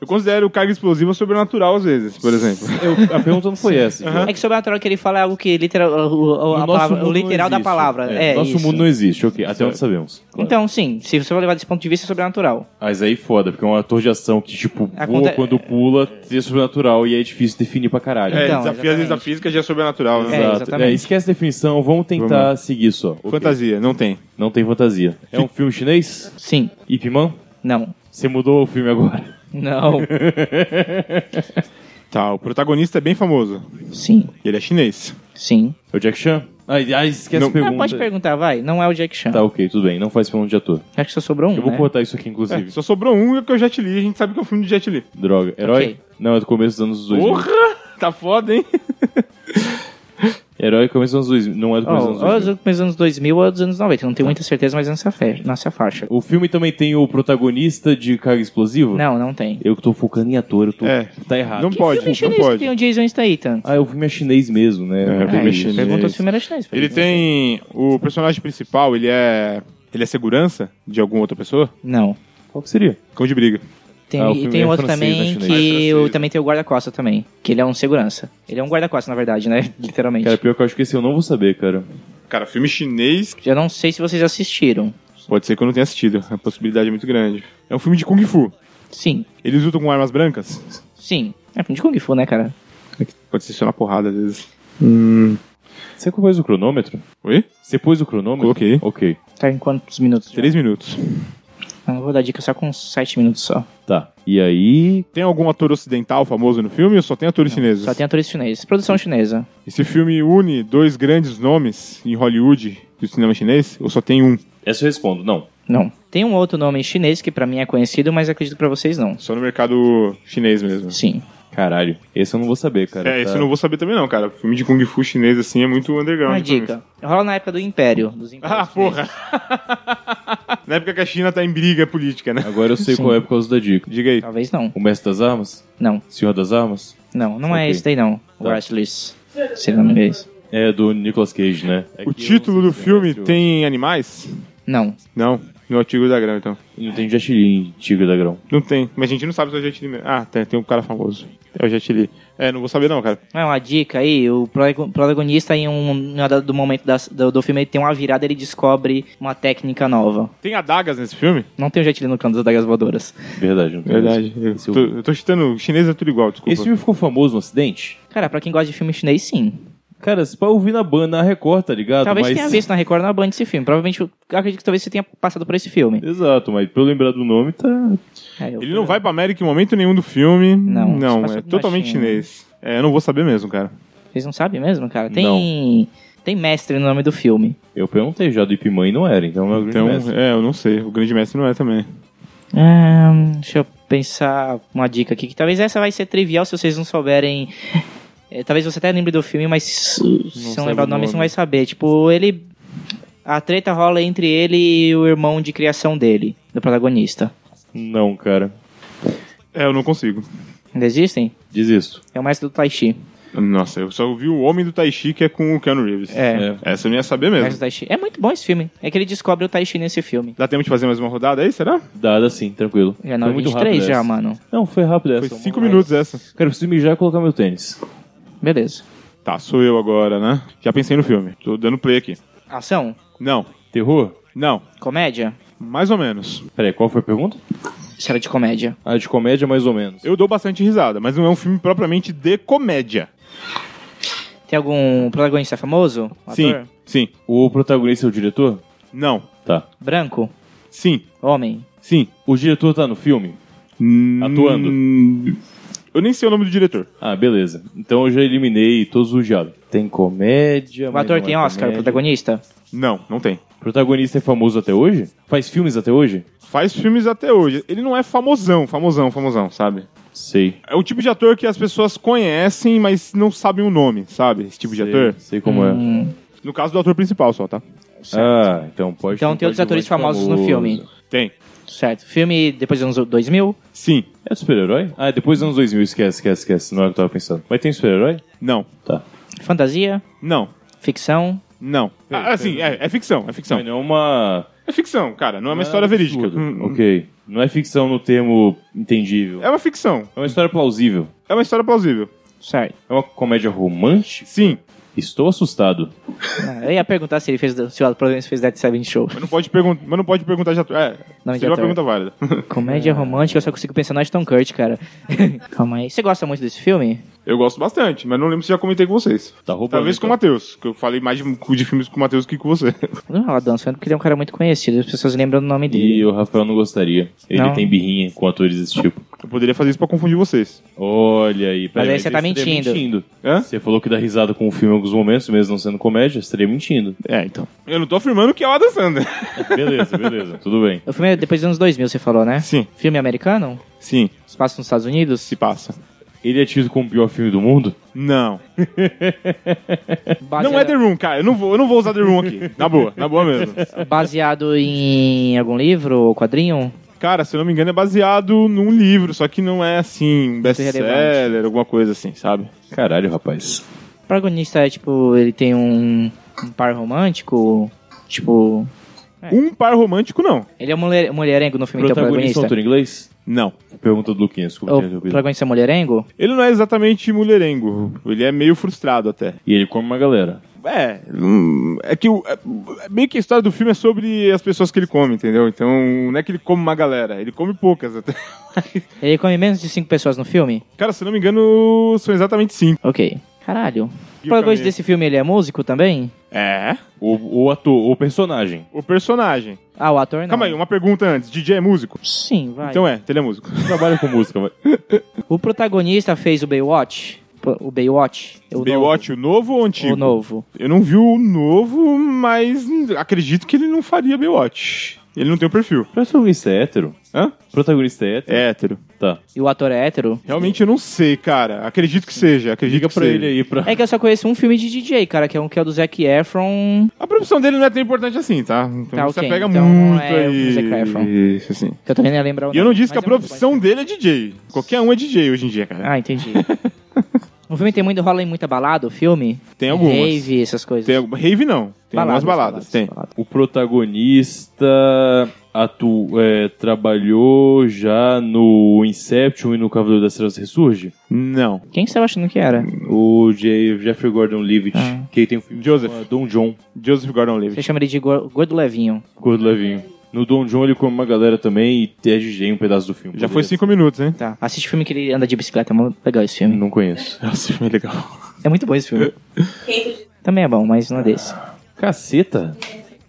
Speaker 3: Eu considero carga explosiva sobrenatural às vezes, por exemplo.
Speaker 1: Eu- a pergunta não foi essa. João.
Speaker 2: É que sobrenatural que ele fala é algo que literal, o, o- a
Speaker 1: No nosso
Speaker 2: palavra- o
Speaker 1: mundo não
Speaker 2: literal da
Speaker 1: existe.
Speaker 2: palavra. É,
Speaker 1: nosso
Speaker 2: isso.
Speaker 1: mundo não existe, ok. Até onde sabemos. claro.
Speaker 2: Então, sim, se você for levar desse ponto de vista, é sobrenatural.
Speaker 1: Mas aí foda, porque é um ator de ação que, tipo, voa
Speaker 2: Aconte-
Speaker 1: quando pula, é sobrenatural e é difícil definir pra caralho.
Speaker 3: É,
Speaker 2: Então,
Speaker 3: desafio às vezes
Speaker 2: exatamente.
Speaker 3: da física já é sobrenatural, né?
Speaker 2: É,
Speaker 1: Exato.
Speaker 2: exatamente.
Speaker 1: É, esquece a definição, vamos tentar seguir só. Ok.
Speaker 3: Fantasia, não tem.
Speaker 1: Não tem fantasia. É um filme chinês?
Speaker 2: Sim.
Speaker 1: Ip Man?
Speaker 2: Não.
Speaker 1: Você mudou o filme agora.
Speaker 2: Não.
Speaker 3: Tá, o protagonista é bem famoso.
Speaker 2: sim.
Speaker 3: Ele é chinês.
Speaker 2: Sim.
Speaker 1: É o Jack Chan? Ah, ah, esquece
Speaker 3: Não.
Speaker 1: a pergunta.
Speaker 2: Ah, pode perguntar, vai. Não é o Jack Chan.
Speaker 1: Tá, ok, tudo bem. Não faz pergunta de ator.
Speaker 2: Acho que só sobrou um.
Speaker 1: Eu vou
Speaker 2: né?
Speaker 1: cortar isso aqui,
Speaker 3: É,
Speaker 1: inclusive.
Speaker 3: só sobrou um é que é o Jet Li. A gente sabe que é o filme de Jet Li.
Speaker 1: Droga. Herói?
Speaker 2: Ok.
Speaker 1: Não, é do começo dos anos 2000.
Speaker 3: Porra! Tá foda, hein?
Speaker 1: Herói é do começo dos anos 2000. Não é do
Speaker 2: Oh,
Speaker 1: começo dos
Speaker 2: ou
Speaker 1: anos Tá.
Speaker 2: dos
Speaker 1: 2000.
Speaker 2: últimos anos 2000 ou dos anos 90. Não tenho muita certeza, mas nessa, fe... nessa faixa.
Speaker 1: O filme também tem o protagonista de carga explosivo?
Speaker 2: Não, não tem.
Speaker 1: Eu que tô focando em ator, eu tô...
Speaker 3: É.
Speaker 1: Tá errado.
Speaker 3: Não pode,
Speaker 2: filme
Speaker 3: não
Speaker 2: chinês que
Speaker 3: pode.
Speaker 2: tem o Jason Statham?
Speaker 1: Ah, o filme é chinês mesmo, né?
Speaker 3: É, o filme é
Speaker 2: Aí,
Speaker 3: chinês.
Speaker 2: Pergunta se o filme era chinês.
Speaker 3: Ele tem. O personagem principal, ele é. Ele é segurança de alguma outra pessoa?
Speaker 2: Não.
Speaker 1: Qual que seria?
Speaker 3: Cão de briga.
Speaker 2: Tem,
Speaker 1: Ah, o
Speaker 2: e
Speaker 1: filme
Speaker 2: tem
Speaker 1: é
Speaker 2: outro
Speaker 1: francês, né,
Speaker 2: também
Speaker 1: chinês?
Speaker 3: Ah, é
Speaker 2: que
Speaker 3: francês.
Speaker 2: eu, também tem o guarda-costa também, que ele é um segurança. Ele é um guarda-costa, na verdade, né? Literalmente.
Speaker 1: Cara, pior que eu acho que esse eu não vou saber, cara.
Speaker 3: Cara, filme chinês.
Speaker 2: Eu não sei se vocês assistiram.
Speaker 3: Pode ser que eu não tenha assistido. A possibilidade é muito grande. É um filme de Kung Fu.
Speaker 2: Sim,
Speaker 3: Eles lutam com armas brancas?
Speaker 2: sim. É filme de Kung Fu, né, cara?
Speaker 3: Pode ser só na porrada às vezes.
Speaker 1: Você pôs o cronômetro?
Speaker 3: Oi?
Speaker 1: Você pôs o cronômetro?
Speaker 3: Coloquei.
Speaker 1: Ok.
Speaker 2: Tá em quantos minutos? já?
Speaker 3: Três minutos.
Speaker 2: Ah, Eu vou dar dica só com sete minutos só.
Speaker 1: Tá. E aí...
Speaker 3: Tem algum ator ocidental famoso no filme ou só tem atores chineses?
Speaker 2: Só tem atores chineses. Produção chinesa.
Speaker 3: Esse filme une dois grandes nomes em Hollywood do cinema chinês ou só tem um?
Speaker 1: Essa eu respondo, não.
Speaker 2: Não. Tem um outro nome chinês que pra mim é conhecido, mas acredito pra vocês não.
Speaker 3: Só no mercado chinês mesmo.
Speaker 2: Sim.
Speaker 1: Caralho. Esse eu não vou saber, cara.
Speaker 3: É,
Speaker 1: Tá.
Speaker 3: isso eu não vou saber também não, cara. Filme de Kung Fu chinês assim é muito underground.
Speaker 2: Uma
Speaker 3: pra mim.
Speaker 2: dica. Rola na época do Império. Dos impérios
Speaker 3: Ah, porra! Na época que a China tá em briga política, né?
Speaker 1: Agora eu sei
Speaker 2: Sim.
Speaker 1: qual é por causa da dica.
Speaker 3: Diga aí.
Speaker 2: Talvez não.
Speaker 1: O Mestre das Armas?
Speaker 2: Não.
Speaker 1: Senhor das Armas?
Speaker 2: Não, não é
Speaker 1: Ok.
Speaker 2: esse daí não.
Speaker 1: Tá.
Speaker 2: Wrestlers. Se não me engano. é esse.
Speaker 1: É do Nicolas Cage, né? É que
Speaker 3: O
Speaker 1: eu
Speaker 3: título
Speaker 1: não
Speaker 3: do
Speaker 1: sei se é
Speaker 3: filme
Speaker 1: Mestre
Speaker 3: tem animais?
Speaker 2: Não.
Speaker 3: Não. No artigo da grama, então.
Speaker 1: ou- Não tem Jet Li em Tigre da Grão.
Speaker 3: Não tem. Mas a gente não sabe se é o Jet Li mesmo. Ah, tem, tem um cara famoso. É o Jet Li. É, não vou saber não, cara.
Speaker 2: É uma dica aí, o prota- protagonista em um em um dado momento da- do, do filme ele tem uma virada, ele descobre uma técnica nova.
Speaker 3: Tem adagas nesse filme?
Speaker 2: Não tem o Jet Li no canto das dagas voadoras.
Speaker 1: Verdade, não tem
Speaker 3: Verdade.
Speaker 1: mesmo.
Speaker 3: Eu
Speaker 1: Esse, eu-
Speaker 3: tô, eu tô chutando. Chinês é tudo igual, desculpa.
Speaker 1: Esse filme ficou famoso no acidente?
Speaker 2: Cara, pra quem gosta de filme chinês, sim.
Speaker 1: Cara, se pra ouvir na banda, na Record, tá ligado?
Speaker 2: Talvez
Speaker 1: Mas-
Speaker 2: tenha visto na Record ou na Band esse filme. Provavelmente, eu acredito que talvez você tenha passado por esse filme.
Speaker 1: Exato, mas pra eu lembrar do nome, tá...
Speaker 2: É, eu-
Speaker 3: Ele não vai pra América em momento nenhum do filme.
Speaker 2: Não,
Speaker 3: Não,
Speaker 2: se passa
Speaker 3: é
Speaker 2: na
Speaker 3: totalmente
Speaker 2: China.
Speaker 3: chinês. É, eu não vou saber mesmo, cara.
Speaker 2: Vocês não sabem mesmo, cara? Tem. Tem mestre no nome do filme.
Speaker 1: Eu perguntei já do Ip Man e não era, então não é o grande
Speaker 3: Então,
Speaker 1: mestre.
Speaker 3: é, eu não sei. O Grande Mestre não é também.
Speaker 2: Ah, deixa eu pensar uma dica aqui, que talvez essa vai ser trivial se vocês não souberem. É, talvez você até lembre do filme, mas se
Speaker 3: Não
Speaker 2: não,
Speaker 3: sabe
Speaker 2: lembrar o
Speaker 3: o
Speaker 2: nome,
Speaker 3: nome.
Speaker 2: você não vai saber. Tipo, ele. A treta rola entre ele e o irmão de criação dele, do protagonista.
Speaker 1: Não, cara.
Speaker 3: É, eu não consigo.
Speaker 2: Ainda existem?
Speaker 1: Desisto.
Speaker 2: É o mestre do Tai Chi.
Speaker 3: Nossa, eu só ouvi o Homem do Tai Chi, que é com o Keanu Reeves.
Speaker 2: É.
Speaker 3: Essa eu não ia saber
Speaker 2: O mestre do
Speaker 3: mesmo.
Speaker 2: tai Chi. É muito bom esse filme. É que ele descobre o Tai Chi nesse filme.
Speaker 3: Dá tempo de fazer mais uma rodada aí, será?
Speaker 1: Dada sim, tranquilo.
Speaker 2: Já é 9h23
Speaker 1: rápido
Speaker 2: já,
Speaker 1: essa.
Speaker 2: mano.
Speaker 1: Não, foi rápido essa.
Speaker 3: Foi cinco
Speaker 1: Mas-
Speaker 3: minutos essa.
Speaker 1: Cara, eu preciso mijar e colocar meu tênis.
Speaker 2: Beleza.
Speaker 3: Tá, sou eu agora, né? Já pensei no filme. Tô dando play aqui.
Speaker 2: Ação?
Speaker 3: Não,
Speaker 1: Terror?
Speaker 3: não.
Speaker 2: Comédia?
Speaker 3: Mais ou menos.
Speaker 1: Peraí, qual foi a pergunta?
Speaker 2: Será de comédia?
Speaker 1: Ah, de comédia mais ou menos.
Speaker 3: Eu dou bastante risada, mas não é um filme propriamente de comédia.
Speaker 2: Tem algum protagonista famoso? Um
Speaker 3: sim,
Speaker 2: ator?
Speaker 3: sim.
Speaker 1: O protagonista é o diretor?
Speaker 3: Não.
Speaker 1: Tá.
Speaker 2: Branco?
Speaker 3: Sim.
Speaker 2: Homem? Um
Speaker 3: Sim.
Speaker 1: O diretor tá no filme? Atuando.
Speaker 3: Hum, Eu nem sei o nome do diretor.
Speaker 1: Ah, beleza. Então eu já eliminei todos os diálogos. Tem comédia.
Speaker 2: O
Speaker 1: mas
Speaker 2: ator
Speaker 1: não
Speaker 2: tem
Speaker 1: é
Speaker 2: Oscar,
Speaker 1: comédia.
Speaker 2: protagonista?
Speaker 3: Não, não tem.
Speaker 1: O protagonista é famoso até hoje? Faz filmes até hoje?
Speaker 3: Faz filmes até hoje. Ele não é famosão, famosão, famosão, sabe?
Speaker 1: Sei.
Speaker 3: É o tipo de ator que as pessoas conhecem, mas não sabem o nome, sabe? Esse tipo de
Speaker 1: sei,
Speaker 3: ator.
Speaker 1: Sei como é.
Speaker 2: Hum,
Speaker 3: No caso do ator principal só, tá?
Speaker 1: Ah, então pode
Speaker 2: Então
Speaker 1: um
Speaker 2: tem outros atores
Speaker 1: coadjuvante
Speaker 2: famosos no filme.
Speaker 3: Tem.
Speaker 2: certo. Filme depois dos anos 2000?
Speaker 3: Sim.
Speaker 1: É do super-herói? Ah, é depois dos anos 2000. Esquece, esquece, esquece. Não é o que eu tava pensando. Mas tem super-herói?
Speaker 3: Não.
Speaker 1: Tá.
Speaker 2: Fantasia?
Speaker 3: Não.
Speaker 2: Ficção?
Speaker 3: Não.
Speaker 1: Fez,
Speaker 3: Ah, assim,
Speaker 1: fez.
Speaker 3: é, é ficção, é ficção.
Speaker 1: Mas não é uma.
Speaker 3: É ficção, cara, não é uma
Speaker 1: não
Speaker 3: história
Speaker 1: um
Speaker 3: verídica.
Speaker 1: absurdo.
Speaker 3: Hum, hum.
Speaker 1: Ok. Não é ficção no termo entendível.
Speaker 3: É uma ficção,
Speaker 1: É uma história plausível.
Speaker 3: é uma história plausível.
Speaker 2: Certo.
Speaker 1: É uma comédia romântica?
Speaker 3: Sim,
Speaker 1: Estou assustado.
Speaker 2: Ah, eu ia perguntar se ele fez, se o Adam Provavelmente fez Dead Seven Show.
Speaker 3: mas não pode, pergun mas não pode perguntar de ator. É,
Speaker 2: Não, de
Speaker 3: seria uma
Speaker 2: ator.
Speaker 3: pergunta válida.
Speaker 2: Comédia romântica, eu só consigo pensar no Ashton Kurt, cara. Calma aí. Você gosta muito desse filme?
Speaker 3: Eu gosto bastante, mas não lembro se já comentei com vocês.
Speaker 1: Tá roubando.
Speaker 3: Talvez com o
Speaker 1: então.
Speaker 3: Matheus, que eu falei mais de, de filmes com o Matheus que com você.
Speaker 2: Não é o Adam Sandler, porque ele é um cara muito conhecido. As pessoas lembram do nome dele.
Speaker 1: E o Rafael não gostaria. Ele
Speaker 2: Não.
Speaker 1: tem birrinha com atores desse tipo.
Speaker 3: Eu poderia fazer isso pra confundir vocês.
Speaker 1: Olha aí. peraí,
Speaker 2: aí você tá
Speaker 1: estaria
Speaker 2: mentindo.
Speaker 3: Hã?
Speaker 1: Você falou que dá risada com o filme em alguns momentos, mesmo não sendo comédia, estaria mentindo.
Speaker 3: É, então. Eu não tô afirmando que é o Adam Sandler.
Speaker 1: Beleza, beleza. Tudo bem.
Speaker 2: O filme é depois dos anos 2000, você falou, né?
Speaker 3: Sim,
Speaker 2: Filme americano?
Speaker 3: sim,
Speaker 2: Se passa nos Estados Unidos?
Speaker 3: se passa.
Speaker 1: Ele é tido como o pior filme do mundo?
Speaker 3: Não.
Speaker 2: Baseado,
Speaker 3: Não é The Room, cara. Eu não vou, eu não vou usar The Room aqui. Na boa, na boa mesmo.
Speaker 2: baseado em algum livro ou quadrinho?
Speaker 3: Cara, se eu não me engano, é baseado num livro, só que não é assim, um best-seller,
Speaker 2: relevante.
Speaker 3: alguma coisa assim, sabe?
Speaker 1: Caralho, rapaz.
Speaker 2: O protagonista é tipo, ele tem um, um par romântico? Tipo. É.
Speaker 3: Um par romântico, não.
Speaker 2: Ele é um mulher, mulherengo no filme, então, o
Speaker 1: protagonista é um
Speaker 2: protagonista?
Speaker 1: ator inglês?
Speaker 3: Não.
Speaker 1: Pergunta do Luquinhas, desculpa
Speaker 2: O
Speaker 1: ter interrompido.
Speaker 2: protagonista é mulherengo?
Speaker 3: Ele não é exatamente mulherengo. Ele é meio frustrado até.
Speaker 1: E ele come uma galera.
Speaker 3: É, hum, é que o, é- é meio que a história do filme é sobre as pessoas que ele come, entendeu? Então, não é que ele come uma galera, ele come poucas até.
Speaker 2: Ele come menos de cinco pessoas no filme?
Speaker 3: Cara, se eu não me engano, são exatamente cinco.
Speaker 2: Ok. Caralho. O
Speaker 3: E o
Speaker 2: protagonista
Speaker 3: caminho?
Speaker 2: desse filme, ele é músico também?
Speaker 3: É.
Speaker 1: O, o ator, o personagem.
Speaker 3: O personagem.
Speaker 2: Ah, o ator não.
Speaker 3: Calma aí, uma pergunta antes. DJ é músico?
Speaker 2: Sim, vai.
Speaker 3: Então é, ele é músico.
Speaker 1: Trabalha com música, mas...
Speaker 2: O protagonista fez o Baywatch? O Baywatch? O
Speaker 3: Baywatch, o novo ou o
Speaker 2: Novo.
Speaker 3: antigo?
Speaker 2: O novo.
Speaker 3: Eu não vi o novo, mas acredito que ele não faria Baywatch. Ele não tem o perfil.
Speaker 1: O protagonista é hétero?
Speaker 3: Hã?
Speaker 1: O protagonista é hétero?
Speaker 3: É hétero.
Speaker 1: Tá.
Speaker 2: E o ator é hétero?
Speaker 3: Realmente eu não sei, cara. Acredito que seja. Acredito
Speaker 1: Diga
Speaker 3: que
Speaker 1: pra
Speaker 3: seja.
Speaker 1: ele aí, pra...
Speaker 2: É que eu só conheço um filme de DJ, cara, que é um que é o do Zac Efron.
Speaker 3: A profissão dele não é tão importante assim, tá? Então
Speaker 2: Tá,
Speaker 3: você
Speaker 2: ok.
Speaker 3: pega
Speaker 2: Então,
Speaker 3: muito
Speaker 2: é, eu
Speaker 3: aí.
Speaker 2: vou fazer Efron.
Speaker 3: Isso, assim.
Speaker 2: Que eu também não lembro. o
Speaker 3: E eu não
Speaker 2: nome,
Speaker 3: disse que
Speaker 2: mas
Speaker 3: a
Speaker 2: é muito
Speaker 3: profissão dele é DJ. Qualquer um é DJ hoje em dia,
Speaker 2: bom.
Speaker 3: cara.
Speaker 2: Ah, entendi. o filme tem muito. rola em muita balada, o filme?
Speaker 3: Tem algumas.
Speaker 2: Rave, essas coisas.
Speaker 3: Tem alguma... Rave não. Tem algumas baladas. Tem.
Speaker 2: baladas.
Speaker 1: O protagonista atu... é, trabalhou já no Inception e no Cavaleiro das Trevas Ressurge?
Speaker 3: Não.
Speaker 2: Quem que você tava achando que era?
Speaker 1: O J- Jeffrey Gordon-Levitt,
Speaker 2: Ah.
Speaker 1: que tem um filme
Speaker 3: Joseph.
Speaker 1: chamado Don John.
Speaker 3: Joseph Gordon-Levitt.
Speaker 2: Você chama ele de gor- Gordo Levinho.
Speaker 1: Gordo Levinho. No Don John ele come uma galera também e é DJ um pedaço do filme.
Speaker 3: Já foi
Speaker 1: Beleza.
Speaker 3: cinco minutos, hein?
Speaker 2: Tá. Assiste o filme que ele anda de bicicleta. É muito legal esse filme.
Speaker 1: Não conheço.
Speaker 3: Nossa, filme é legal.
Speaker 2: É muito bom esse filme.
Speaker 4: Quem tu
Speaker 2: Também é bom, mas não é desse.
Speaker 1: Caceta.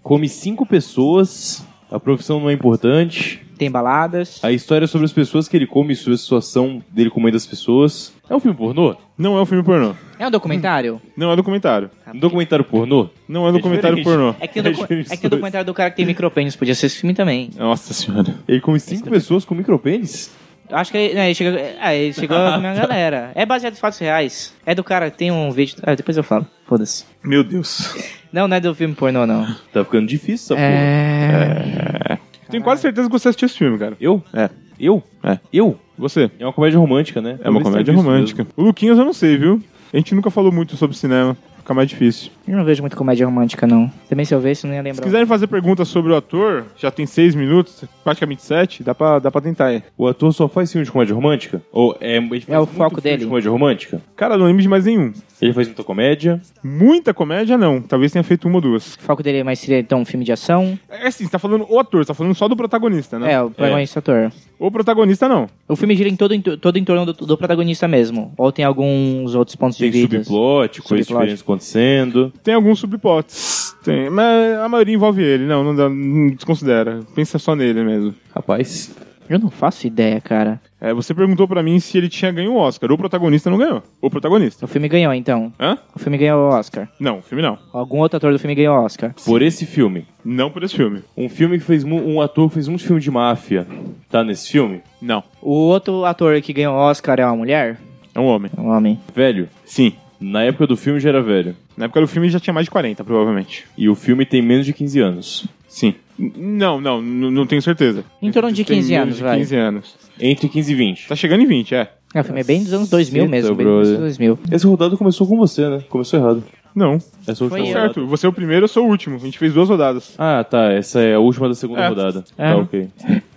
Speaker 1: Come cinco pessoas, a profissão não é importante.
Speaker 2: Tem baladas.
Speaker 1: A história é sobre as pessoas que ele come e sua situação dele comendo as pessoas. É um filme pornô?
Speaker 3: Não é um filme pornô.
Speaker 2: É um documentário?
Speaker 3: Não é documentário.
Speaker 1: Um documentário pornô?
Speaker 3: Não é documentário
Speaker 1: diferente.
Speaker 3: pornô.
Speaker 2: É que tem, docu- é que tem documentário do cara que tem micropênis. Podia ser esse filme também.
Speaker 3: Nossa senhora.
Speaker 1: Ele come cinco pessoas com micropênis?
Speaker 2: Eu Acho que ele, né, ele chegou, ah, ele chegou a comer uma galera. É baseado em fatos reais. É do cara, tem um vídeo. Ah, depois eu falo. Foda-se.
Speaker 3: Meu Deus.
Speaker 2: Não, não é do filme pornô, não.
Speaker 1: Tá ficando difícil essa porra.
Speaker 2: É.
Speaker 3: Tenho quase certeza que você assistiu esse filme, cara.
Speaker 1: Eu?
Speaker 3: É.
Speaker 1: Eu?
Speaker 3: É.
Speaker 1: Eu?
Speaker 3: Você.
Speaker 1: É uma comédia romântica, né?
Speaker 3: É uma
Speaker 1: Talvez
Speaker 3: comédia
Speaker 1: tenha visto
Speaker 3: romântica.
Speaker 1: mesmo.
Speaker 3: O Luquinhas eu não sei, viu? A gente nunca falou muito sobre cinema. Fica mais difícil.
Speaker 2: Eu não vejo muito comédia romântica, não. Também se eu ver, isso não ia lembrar.
Speaker 3: Se quiserem fazer perguntas sobre o ator, já tem seis minutos, praticamente sete, dá pra, dá pra tentar é. aí.
Speaker 1: O ator só faz filme de comédia romântica? Ou é, ele faz
Speaker 2: É o
Speaker 1: muito
Speaker 2: foco
Speaker 1: filme
Speaker 2: dele.
Speaker 1: de comédia romântica?
Speaker 3: Cara, não lembro de mais nenhum.
Speaker 1: Ele faz muita comédia.
Speaker 3: Muita comédia, não. Talvez tenha feito uma ou duas.
Speaker 2: O foco dele é mais seria, então, um filme de ação.
Speaker 3: É assim, você tá falando o ator, você tá falando só do protagonista, né?
Speaker 2: É, o protagonista ator.
Speaker 3: O protagonista, não.
Speaker 2: O filme gira em todo, em to- todo em torno do, do protagonista mesmo. Ou tem alguns outros pontos
Speaker 1: Tem
Speaker 2: de vista.
Speaker 1: subplot, coisas
Speaker 2: Subplot.
Speaker 1: diferentes acontecendo.
Speaker 3: Tem alguns subplots. Tem, mas a maioria envolve ele. Não, não, dá, não desconsidera. Pensa só nele mesmo.
Speaker 1: Rapaz.
Speaker 2: Eu não faço ideia, cara.
Speaker 3: É, você perguntou pra mim se ele tinha ganho o Oscar. O protagonista não ganhou. O protagonista.
Speaker 2: O filme ganhou, então.
Speaker 3: Hã?
Speaker 2: O filme ganhou o Oscar.
Speaker 3: Não, o filme não.
Speaker 2: Algum outro ator do filme ganhou o Oscar.
Speaker 1: Por esse filme.
Speaker 3: Não por esse filme.
Speaker 1: Um filme que fez. mu- Um ator que fez muito filme de máfia. Tá nesse filme?
Speaker 3: Não.
Speaker 2: O outro ator que ganhou o Oscar é uma mulher?
Speaker 3: É um homem.
Speaker 2: É um homem.
Speaker 1: Velho.
Speaker 3: Sim.
Speaker 1: Na época do filme já era velho.
Speaker 3: Na época do filme ele já tinha mais de 40, provavelmente.
Speaker 1: E o filme tem menos de 15 anos.
Speaker 3: Sim. N- Não, não, n- não tenho certeza.
Speaker 2: Em torno de
Speaker 3: Tem
Speaker 2: 15
Speaker 3: menos
Speaker 2: anos,
Speaker 3: de
Speaker 2: vai.
Speaker 3: 15 anos.
Speaker 1: Entre 15 e 20.
Speaker 3: Tá chegando em 20, é.
Speaker 2: É, o filme é bem dos anos 2000
Speaker 1: Caceta,
Speaker 2: mesmo, bem dos
Speaker 1: brother.
Speaker 2: anos 2000.
Speaker 1: Esse rodado começou com você, né? Começou errado.
Speaker 3: Não.
Speaker 1: Essa última
Speaker 2: Foi eu.
Speaker 1: rodada.
Speaker 3: Certo, você é o primeiro, eu sou o último. A gente fez duas rodadas.
Speaker 1: Ah, tá. Essa é a última da segunda
Speaker 3: É.
Speaker 1: rodada.
Speaker 2: É.
Speaker 1: Tá, ok.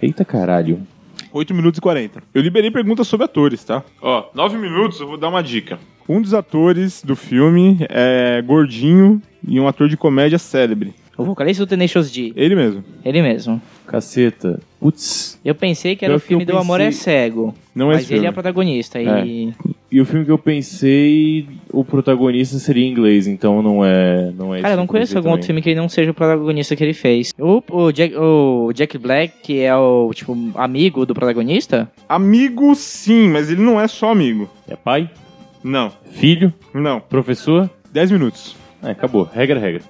Speaker 1: Eita caralho.
Speaker 3: 8 minutos e 40. Eu liberei perguntas sobre atores, tá? Ó, 9 minutos, eu vou dar uma dica. Um dos atores do filme é gordinho e um ator de comédia célebre.
Speaker 2: O vocalista do Tenacious D,
Speaker 3: Ele mesmo.
Speaker 2: ele mesmo.
Speaker 1: Caceta. Putz.
Speaker 2: Eu pensei que era
Speaker 1: Pior
Speaker 2: o
Speaker 1: que
Speaker 2: filme
Speaker 1: eu
Speaker 2: do Amor é
Speaker 1: pensei-
Speaker 2: Cego,
Speaker 3: Não é
Speaker 2: mas
Speaker 3: esse
Speaker 2: ele
Speaker 3: filme.
Speaker 2: é o protagonista e...
Speaker 1: E o filme que eu pensei, o protagonista seria em inglês, então não é. Não é esse que eu
Speaker 2: Cara, eu não
Speaker 1: pensei
Speaker 2: conheço algum outro
Speaker 1: também.
Speaker 2: filme que ele não seja o protagonista que ele fez. O, o, Jack, o Jack Black, que é o, tipo, amigo do protagonista?
Speaker 3: Amigo, sim, mas ele não é só amigo.
Speaker 1: É pai?
Speaker 3: Não,
Speaker 1: Filho?
Speaker 3: não.
Speaker 1: Professor?
Speaker 3: 10 minutos.
Speaker 1: É, acabou. Regra, regra.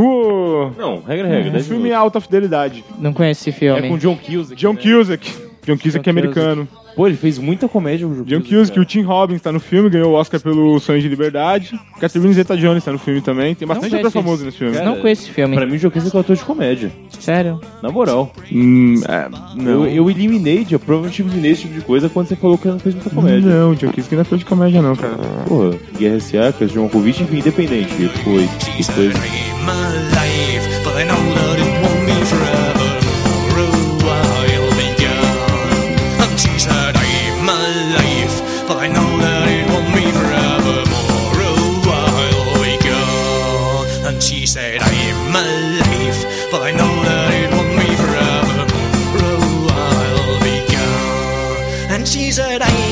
Speaker 3: Continua.
Speaker 1: Não, regra,
Speaker 2: Hum,
Speaker 1: regra.
Speaker 3: O
Speaker 1: dez
Speaker 3: filme é
Speaker 1: minutos.
Speaker 3: alta fidelidade.
Speaker 2: Não conheço esse
Speaker 1: é com
Speaker 2: filme.
Speaker 1: John Cusack.
Speaker 3: John
Speaker 1: né?
Speaker 3: Cusack. John Cusack é
Speaker 2: John Cusack.
Speaker 3: americano.
Speaker 1: Pô, ele fez muita comédia. o
Speaker 3: John Cusack,
Speaker 1: cara.
Speaker 3: o Tim Robbins tá no filme, ganhou o Oscar pelo Sonho de Liberdade. Catherine Zeta-Jones tá no filme também. Tem bastante
Speaker 2: conheço
Speaker 3: ator famoso
Speaker 2: esse-
Speaker 3: nesse filme.
Speaker 1: Cara,
Speaker 2: Não conheço esse filme.
Speaker 1: Pra mim, o John Cusack é um ator de comédia.
Speaker 2: Sério?
Speaker 1: Na moral.
Speaker 3: Hum, é,
Speaker 1: Eu, eu eliminei, já provavelmente eliminei esse tipo de coisa quando você falou que ele não fez muita comédia.
Speaker 3: Não, John Cusack não é ator de comédia não, cara.
Speaker 1: Porra, Guerra S.A., Cris John Convite, enfim, independente. tipo, Foi.
Speaker 6: She's
Speaker 1: Foi.
Speaker 6: buried my life, but I know that it won't be forever. For a while be gone. And she's had my life, but I know that it won't be forever. For a while be gone. And she said, I'm my life, but I know that it won't be forever. For a while be gone. And she said, I'm